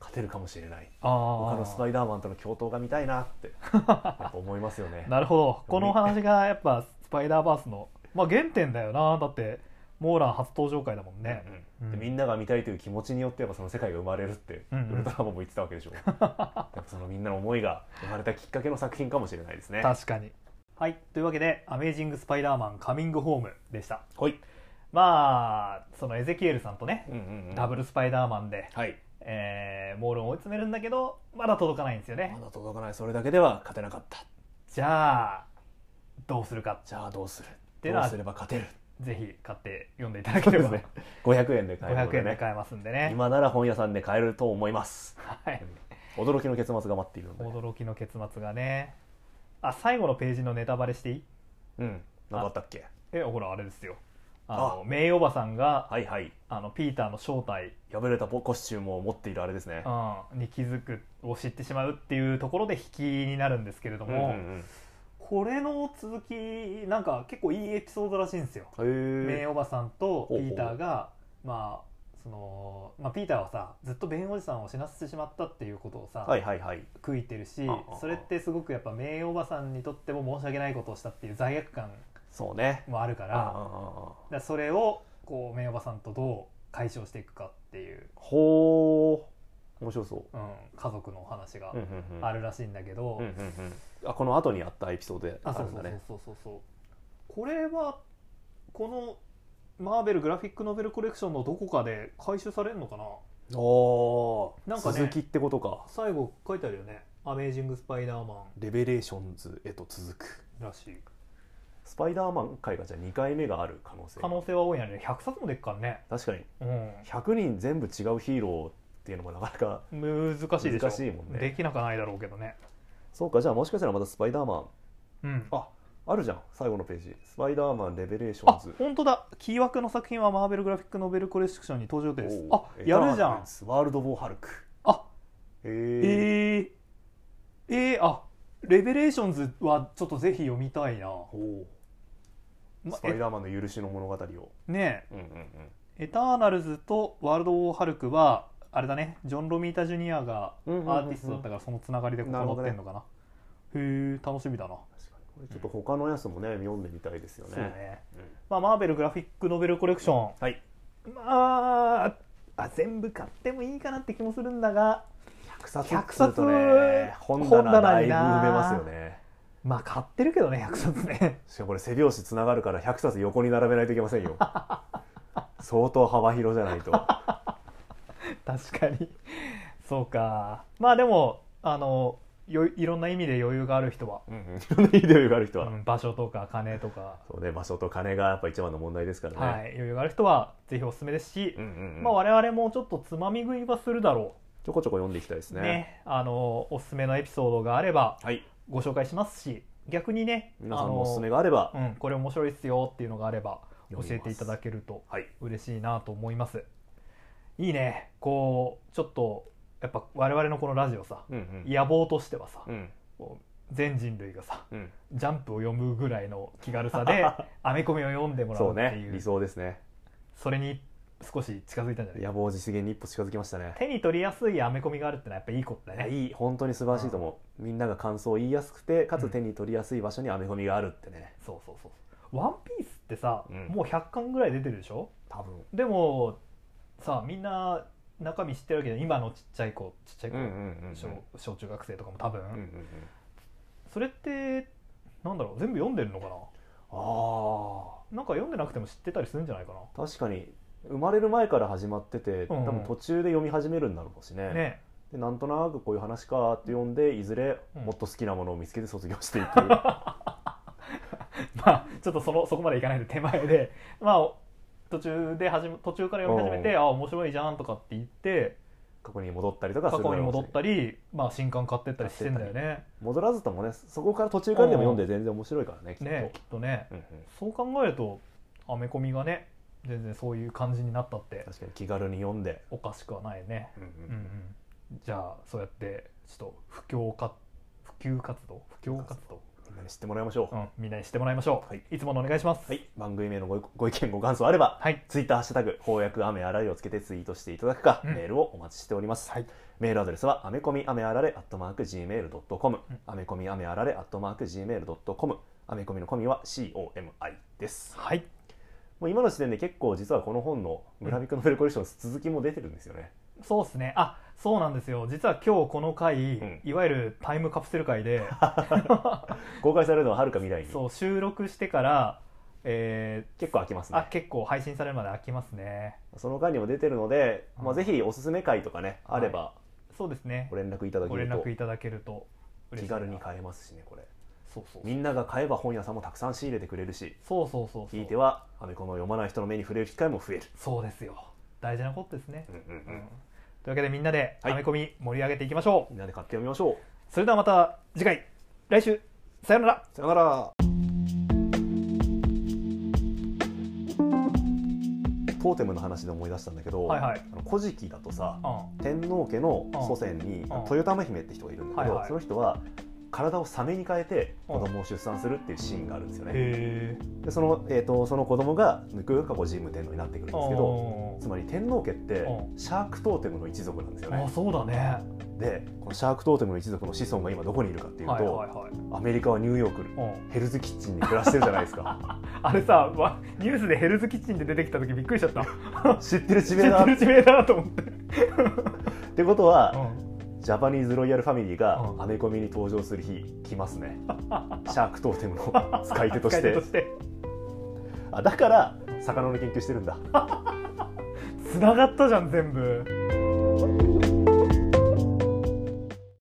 [SPEAKER 2] 勝てるかもしれない
[SPEAKER 1] あ
[SPEAKER 2] 他のスパ
[SPEAKER 1] イ
[SPEAKER 2] イダーマンとの共闘が見たいなって やっぱ思いますよね
[SPEAKER 1] なるほど。このお話がやっぱスパイダーバースのまあ原点だよな。だってモーラン初登場回だもんね。
[SPEAKER 2] うんうん
[SPEAKER 1] うん
[SPEAKER 2] でみんなが見たいという気持ちによってやっぱその世界が生まれるって、
[SPEAKER 1] うんうん
[SPEAKER 2] ウルトラマンも言ってたわけでし ょやっぱそのみんなの思いが生まれたきっかけの作品かもしれないですね。
[SPEAKER 1] 確かに。はい。というわけで、アメージング・スパイダーマン・カミング・ホームでした。
[SPEAKER 2] はい、
[SPEAKER 1] まあ、そのエゼキエルさんとね、
[SPEAKER 2] うんうんうん
[SPEAKER 1] ダブルスパイダーマンで、
[SPEAKER 2] はい、
[SPEAKER 1] えーモールンを追い詰めるんだけどまだ届かないんですよね
[SPEAKER 2] まだ届かないそれだけでは勝てなかった
[SPEAKER 1] じゃあどうするか
[SPEAKER 2] じゃあどうする
[SPEAKER 1] で
[SPEAKER 2] ど
[SPEAKER 1] な
[SPEAKER 2] うすれば勝てる
[SPEAKER 1] ぜひ買って読んでいただければ、
[SPEAKER 2] そうですね500円で買えるの
[SPEAKER 1] 500
[SPEAKER 2] で
[SPEAKER 1] 円で
[SPEAKER 2] ね
[SPEAKER 1] 買えますんでね
[SPEAKER 2] 今なら本屋さんで買えると思います
[SPEAKER 1] はい、
[SPEAKER 2] 驚きの結末が待っているので、
[SPEAKER 1] 驚きの結末がねあ最後のページのネタバレしていい
[SPEAKER 2] うん何かあったっけ
[SPEAKER 1] えほらあれですよあのメイおばさんが、
[SPEAKER 2] はいはい
[SPEAKER 1] あのピーターの正体、
[SPEAKER 2] 破れたポコスチュームを持っているあれですね
[SPEAKER 1] うん、に気づくを知ってしまうっていうところで引きになるんですけれど
[SPEAKER 2] うんう
[SPEAKER 1] も、
[SPEAKER 2] ん
[SPEAKER 1] これの続きなんか結構いいエピソードらしいんですよ
[SPEAKER 2] うんへ
[SPEAKER 1] メイ
[SPEAKER 2] え
[SPEAKER 1] おばさんとピーターがまあそのまあ、ピーターはさずっと弁護士さんを死なせてしまったっていうことをさ、
[SPEAKER 2] はいはいはい
[SPEAKER 1] 悔いてるし
[SPEAKER 2] あああ
[SPEAKER 1] それってすごくやっぱ名誉おばさんにとっても申し訳ないことをしたっていう罪悪感
[SPEAKER 2] そうね
[SPEAKER 1] もあるからだか
[SPEAKER 2] ああ
[SPEAKER 1] らそれをこう名誉おばさんとどう解消していくかっていう
[SPEAKER 2] ほ面白そう
[SPEAKER 1] うん、家族のお話が
[SPEAKER 2] うんうんうん
[SPEAKER 1] あるらしいんだけど、
[SPEAKER 2] うんうんうんあこの後にあったエピソードで
[SPEAKER 1] あ
[SPEAKER 2] あ
[SPEAKER 1] そ
[SPEAKER 2] る
[SPEAKER 1] うんそ
[SPEAKER 2] だ
[SPEAKER 1] う
[SPEAKER 2] ね
[SPEAKER 1] そうそうそうこれはこのマーベルグラフィックノベルコレクションのどこかで回収されるのかな
[SPEAKER 2] おー
[SPEAKER 1] なんかね
[SPEAKER 2] 続きってことか
[SPEAKER 1] 最後書いてあるよね「アメージング・スパイダーマン
[SPEAKER 2] レベレーションズへと続く」
[SPEAKER 1] らしい
[SPEAKER 2] スパイダーマン回がじゃあ2回目がある可能性
[SPEAKER 1] 可能性は多いんやね100冊もでっかんね
[SPEAKER 2] 確かに
[SPEAKER 1] うん
[SPEAKER 2] 100人全部違うヒーローっていうのもなかなか
[SPEAKER 1] 難しいでしょ
[SPEAKER 2] 難しいもんね
[SPEAKER 1] できなくはないだろうけどね
[SPEAKER 2] そうかじゃあもしかしたらまたスパイダーマン
[SPEAKER 1] うん
[SPEAKER 2] ああるじゃん最後のページ「スパイダーマンレベレーショ
[SPEAKER 1] あ
[SPEAKER 2] ンズ」
[SPEAKER 1] 本当だキー枠の作品はマーベルグラフィックノベルコレクションに登場予定です
[SPEAKER 2] お
[SPEAKER 1] あ
[SPEAKER 2] う
[SPEAKER 1] やるじゃ
[SPEAKER 2] エターナ
[SPEAKER 1] ん
[SPEAKER 2] ルズワールド・ボー・ハルク
[SPEAKER 1] あ
[SPEAKER 2] へ
[SPEAKER 1] え
[SPEAKER 2] え
[SPEAKER 1] ー、えー、あレベレーションズはちょっとぜひ読みたいな、
[SPEAKER 2] ほう
[SPEAKER 1] ま
[SPEAKER 2] スパイダーマンの許しの物語を、
[SPEAKER 1] えね
[SPEAKER 2] うんうんうん
[SPEAKER 1] えエターナルズとワールド・オー・ハルクはあれだねジョン・ロミータ・ジュニアがア
[SPEAKER 2] うんうんうんうん
[SPEAKER 1] ーティストだったからそのつながりでここ載ってんのかなへえ楽しみだな
[SPEAKER 2] 確かにこれちょっと他のやつもね読んでみたいですよね
[SPEAKER 1] そうね、
[SPEAKER 2] うん
[SPEAKER 1] まあ、マーベルグラフィックノベルコレクション
[SPEAKER 2] はい
[SPEAKER 1] まああ全部買ってもいいかなって気もするんだが
[SPEAKER 2] 100冊
[SPEAKER 1] 100冊
[SPEAKER 2] っつうとね本棚だいぶ埋めますよね
[SPEAKER 1] まあ買ってるけどね100冊ね
[SPEAKER 2] しかもこれ背表紙つながるから100冊横に並べないといけませんよ相当幅広じゃないと
[SPEAKER 1] 確かにそうかまあでもあのよいろんな意味で余裕がある人は、
[SPEAKER 2] うん うんいろんなイデオがある人は、
[SPEAKER 1] うん場所とか金とか、
[SPEAKER 2] そうね場所と金がやっぱ一番の問題ですからね、
[SPEAKER 1] はい、余裕がある人はぜひおすすめですし、
[SPEAKER 2] うんうんうん
[SPEAKER 1] まあ、我々もちょっとつまみ食いはするだろ
[SPEAKER 2] ちょこちょこ読んでいきたいです
[SPEAKER 1] う
[SPEAKER 2] ね
[SPEAKER 1] ねあのおすすめのエピソードがあれば
[SPEAKER 2] はい
[SPEAKER 1] ご紹介しますし逆にね
[SPEAKER 2] 皆さん
[SPEAKER 1] あ
[SPEAKER 2] も
[SPEAKER 1] の
[SPEAKER 2] おすすめがあれば
[SPEAKER 1] うん、これ面白いっすよっていうのがあれば教えていただ
[SPEAKER 2] き
[SPEAKER 1] けると
[SPEAKER 2] はい
[SPEAKER 1] 嬉しいなと思いますいいねこうちょっとやっぱ我々のこのラジオさ
[SPEAKER 2] うんうん
[SPEAKER 1] 野望としてはさ、
[SPEAKER 2] うん
[SPEAKER 1] こう全人類がさ
[SPEAKER 2] うん
[SPEAKER 1] 「ジャンプ」を読むぐらいの気軽さ でアメコミを読んでもら
[SPEAKER 2] そうう
[SPEAKER 1] って
[SPEAKER 2] ね
[SPEAKER 1] いう
[SPEAKER 2] 理想ですね
[SPEAKER 1] それに少し近づいたんじゃない
[SPEAKER 2] 野望実現に一歩近づきましたね
[SPEAKER 1] 手に取りやすいアメコミがあるってのはやっぱいいことだ
[SPEAKER 2] いや
[SPEAKER 1] ね
[SPEAKER 2] いい本当に素晴らしいと思うみんなが感想を言いやすくてか
[SPEAKER 1] う
[SPEAKER 2] つ
[SPEAKER 1] ん
[SPEAKER 2] 手に取りやすい場所にアメコミがあるってね
[SPEAKER 1] そうそうそう「ワンピースってさ、
[SPEAKER 2] うん
[SPEAKER 1] もう100巻ぐらい出てるでしょ
[SPEAKER 2] 多分
[SPEAKER 1] でもさみんな中身知ってるわけど今のちっちゃい子ちっちゃい子、
[SPEAKER 2] うん
[SPEAKER 1] 小小中学生とかも多分、
[SPEAKER 2] うんうんうん
[SPEAKER 1] それってなんだろう全部読んでるのかな
[SPEAKER 2] あ
[SPEAKER 1] なんか読んでなくても知ってたりするんじゃないか
[SPEAKER 2] あ確かに生まれる前から始まってて多
[SPEAKER 1] うん
[SPEAKER 2] 分途中で読み始めるんだろうし
[SPEAKER 1] な
[SPEAKER 2] ね
[SPEAKER 1] ね
[SPEAKER 2] でなんとなくこういう話かって読んでいずれ
[SPEAKER 1] うん
[SPEAKER 2] もっと好きなものを見つけて卒業していく
[SPEAKER 1] まあちょっとそのそこまでいかないで手前で まあ途中で始め途中から読み始めて、
[SPEAKER 2] う
[SPEAKER 1] あ
[SPEAKER 2] ん
[SPEAKER 1] あ面白いじゃんとかって言って
[SPEAKER 2] 過去に戻ったりとかす
[SPEAKER 1] 過
[SPEAKER 2] るだ
[SPEAKER 1] 去
[SPEAKER 2] ろうし
[SPEAKER 1] に戻ったり、まあ、新刊買ってったりしてんだよね
[SPEAKER 2] 戻らずともねそこから途中からでも読んで全然面白いからねきっと
[SPEAKER 1] ねきっとね
[SPEAKER 2] うんうん
[SPEAKER 1] そう考えるとアメコミがね全然そういう感じになったって
[SPEAKER 2] 確かに気軽に読んで
[SPEAKER 1] おかしくはないね
[SPEAKER 2] うんうん
[SPEAKER 1] うんうん、じゃあそうやってちょっと布教か普及活動布教活動、
[SPEAKER 2] みんなに知ってもらいましょう
[SPEAKER 1] うん、みんなにしてもらいましょう、
[SPEAKER 2] はい
[SPEAKER 1] い、つものお願いします
[SPEAKER 2] はい、番組名のごご意見ご感想あれば、
[SPEAKER 1] はい
[SPEAKER 2] ツイッターハッシュタグ、翻訳雨あられをつけてツイートしていただくか、
[SPEAKER 1] うん
[SPEAKER 2] メールをお待ちしております。
[SPEAKER 1] はい
[SPEAKER 2] メールアドレスは、アメコミ雨あられ、アットマーク、gmail.com
[SPEAKER 1] うん、
[SPEAKER 2] アメコミ雨あられ、アットマーク、gmail.com、アメコミのコミは COMI です。
[SPEAKER 1] はい
[SPEAKER 2] もう今の時点で結構実はこの本のグラフィックノベルコレクション、続きも出てるんですよね。
[SPEAKER 1] そうですねあそうなんですよ実は今日この回、
[SPEAKER 2] ん
[SPEAKER 1] いわゆるタイムカプセル回で
[SPEAKER 2] 公開されるのははるか未来に。
[SPEAKER 1] そう収録してから、え
[SPEAKER 2] 結構空きます
[SPEAKER 1] ーあ
[SPEAKER 2] ね。
[SPEAKER 1] 結構配信されるまで空きますね
[SPEAKER 2] その間にも出てるので、まあ、ぜひおすすめ回とかね、
[SPEAKER 1] はい
[SPEAKER 2] あれば
[SPEAKER 1] そうですね
[SPEAKER 2] ご連絡いただけ
[SPEAKER 1] ご
[SPEAKER 2] る
[SPEAKER 1] 連
[SPEAKER 2] と
[SPEAKER 1] 絡いただけると嬉しい
[SPEAKER 2] 気
[SPEAKER 1] な
[SPEAKER 2] 軽に買えますしね、これ。
[SPEAKER 1] そうそう
[SPEAKER 2] みんなが買えば本屋さんもたくさん仕入れてくれるし
[SPEAKER 1] そうそうそうそう
[SPEAKER 2] 聞いてはアメコミを読まない人の目に触れる機会も増える、
[SPEAKER 1] そうですよ大事なことですね、
[SPEAKER 2] う
[SPEAKER 1] うんんというわけでみんなで
[SPEAKER 2] はい
[SPEAKER 1] アメコミ盛り上げていきましょう、
[SPEAKER 2] みんなで買ってみましょう
[SPEAKER 1] それではまた次回来週さようなら
[SPEAKER 2] さよならトーテムの話で思い出したんだけど、
[SPEAKER 1] はいはい
[SPEAKER 2] あの古事記だとさ
[SPEAKER 1] うん
[SPEAKER 2] 天皇家の祖先に
[SPEAKER 1] ん
[SPEAKER 2] 豊玉姫って人がいるんだけど、
[SPEAKER 1] はいはい
[SPEAKER 2] その人は体をサメに変えて
[SPEAKER 1] うん
[SPEAKER 2] 子供を出産するっていうシーンがあるんですよね。
[SPEAKER 1] へえ
[SPEAKER 2] でその、えー、とその子供がぬくゆく過去神武天皇になってくるんですけどつまり天皇家って
[SPEAKER 1] う
[SPEAKER 2] シャークトーテムの一族なんですよ
[SPEAKER 1] あ
[SPEAKER 2] ね。
[SPEAKER 1] そうだね
[SPEAKER 2] でこのシャークトーテムの一族の子孫が今どこにいるかっていうと、
[SPEAKER 1] はいはいはい、
[SPEAKER 2] アメリカはニューヨーク
[SPEAKER 1] うん、
[SPEAKER 2] ヘルズキッチンに暮らしてるじゃないですか
[SPEAKER 1] あれさわニュースでヘルズキッチンで出てきた時びっくりしちゃった
[SPEAKER 2] 知ってる地
[SPEAKER 1] 知っ
[SPEAKER 2] 名
[SPEAKER 1] て
[SPEAKER 2] だっ
[SPEAKER 1] る地名だなと思って、
[SPEAKER 2] てことは、
[SPEAKER 1] うん、
[SPEAKER 2] ジャパニーズロイヤルファミリーが
[SPEAKER 1] うん
[SPEAKER 2] アメコミに登場する日来ますねシャークトーテムの使い手とし
[SPEAKER 1] 使い
[SPEAKER 2] て
[SPEAKER 1] 手として
[SPEAKER 2] あだから魚の研究してるんだ
[SPEAKER 1] つながったじゃん全部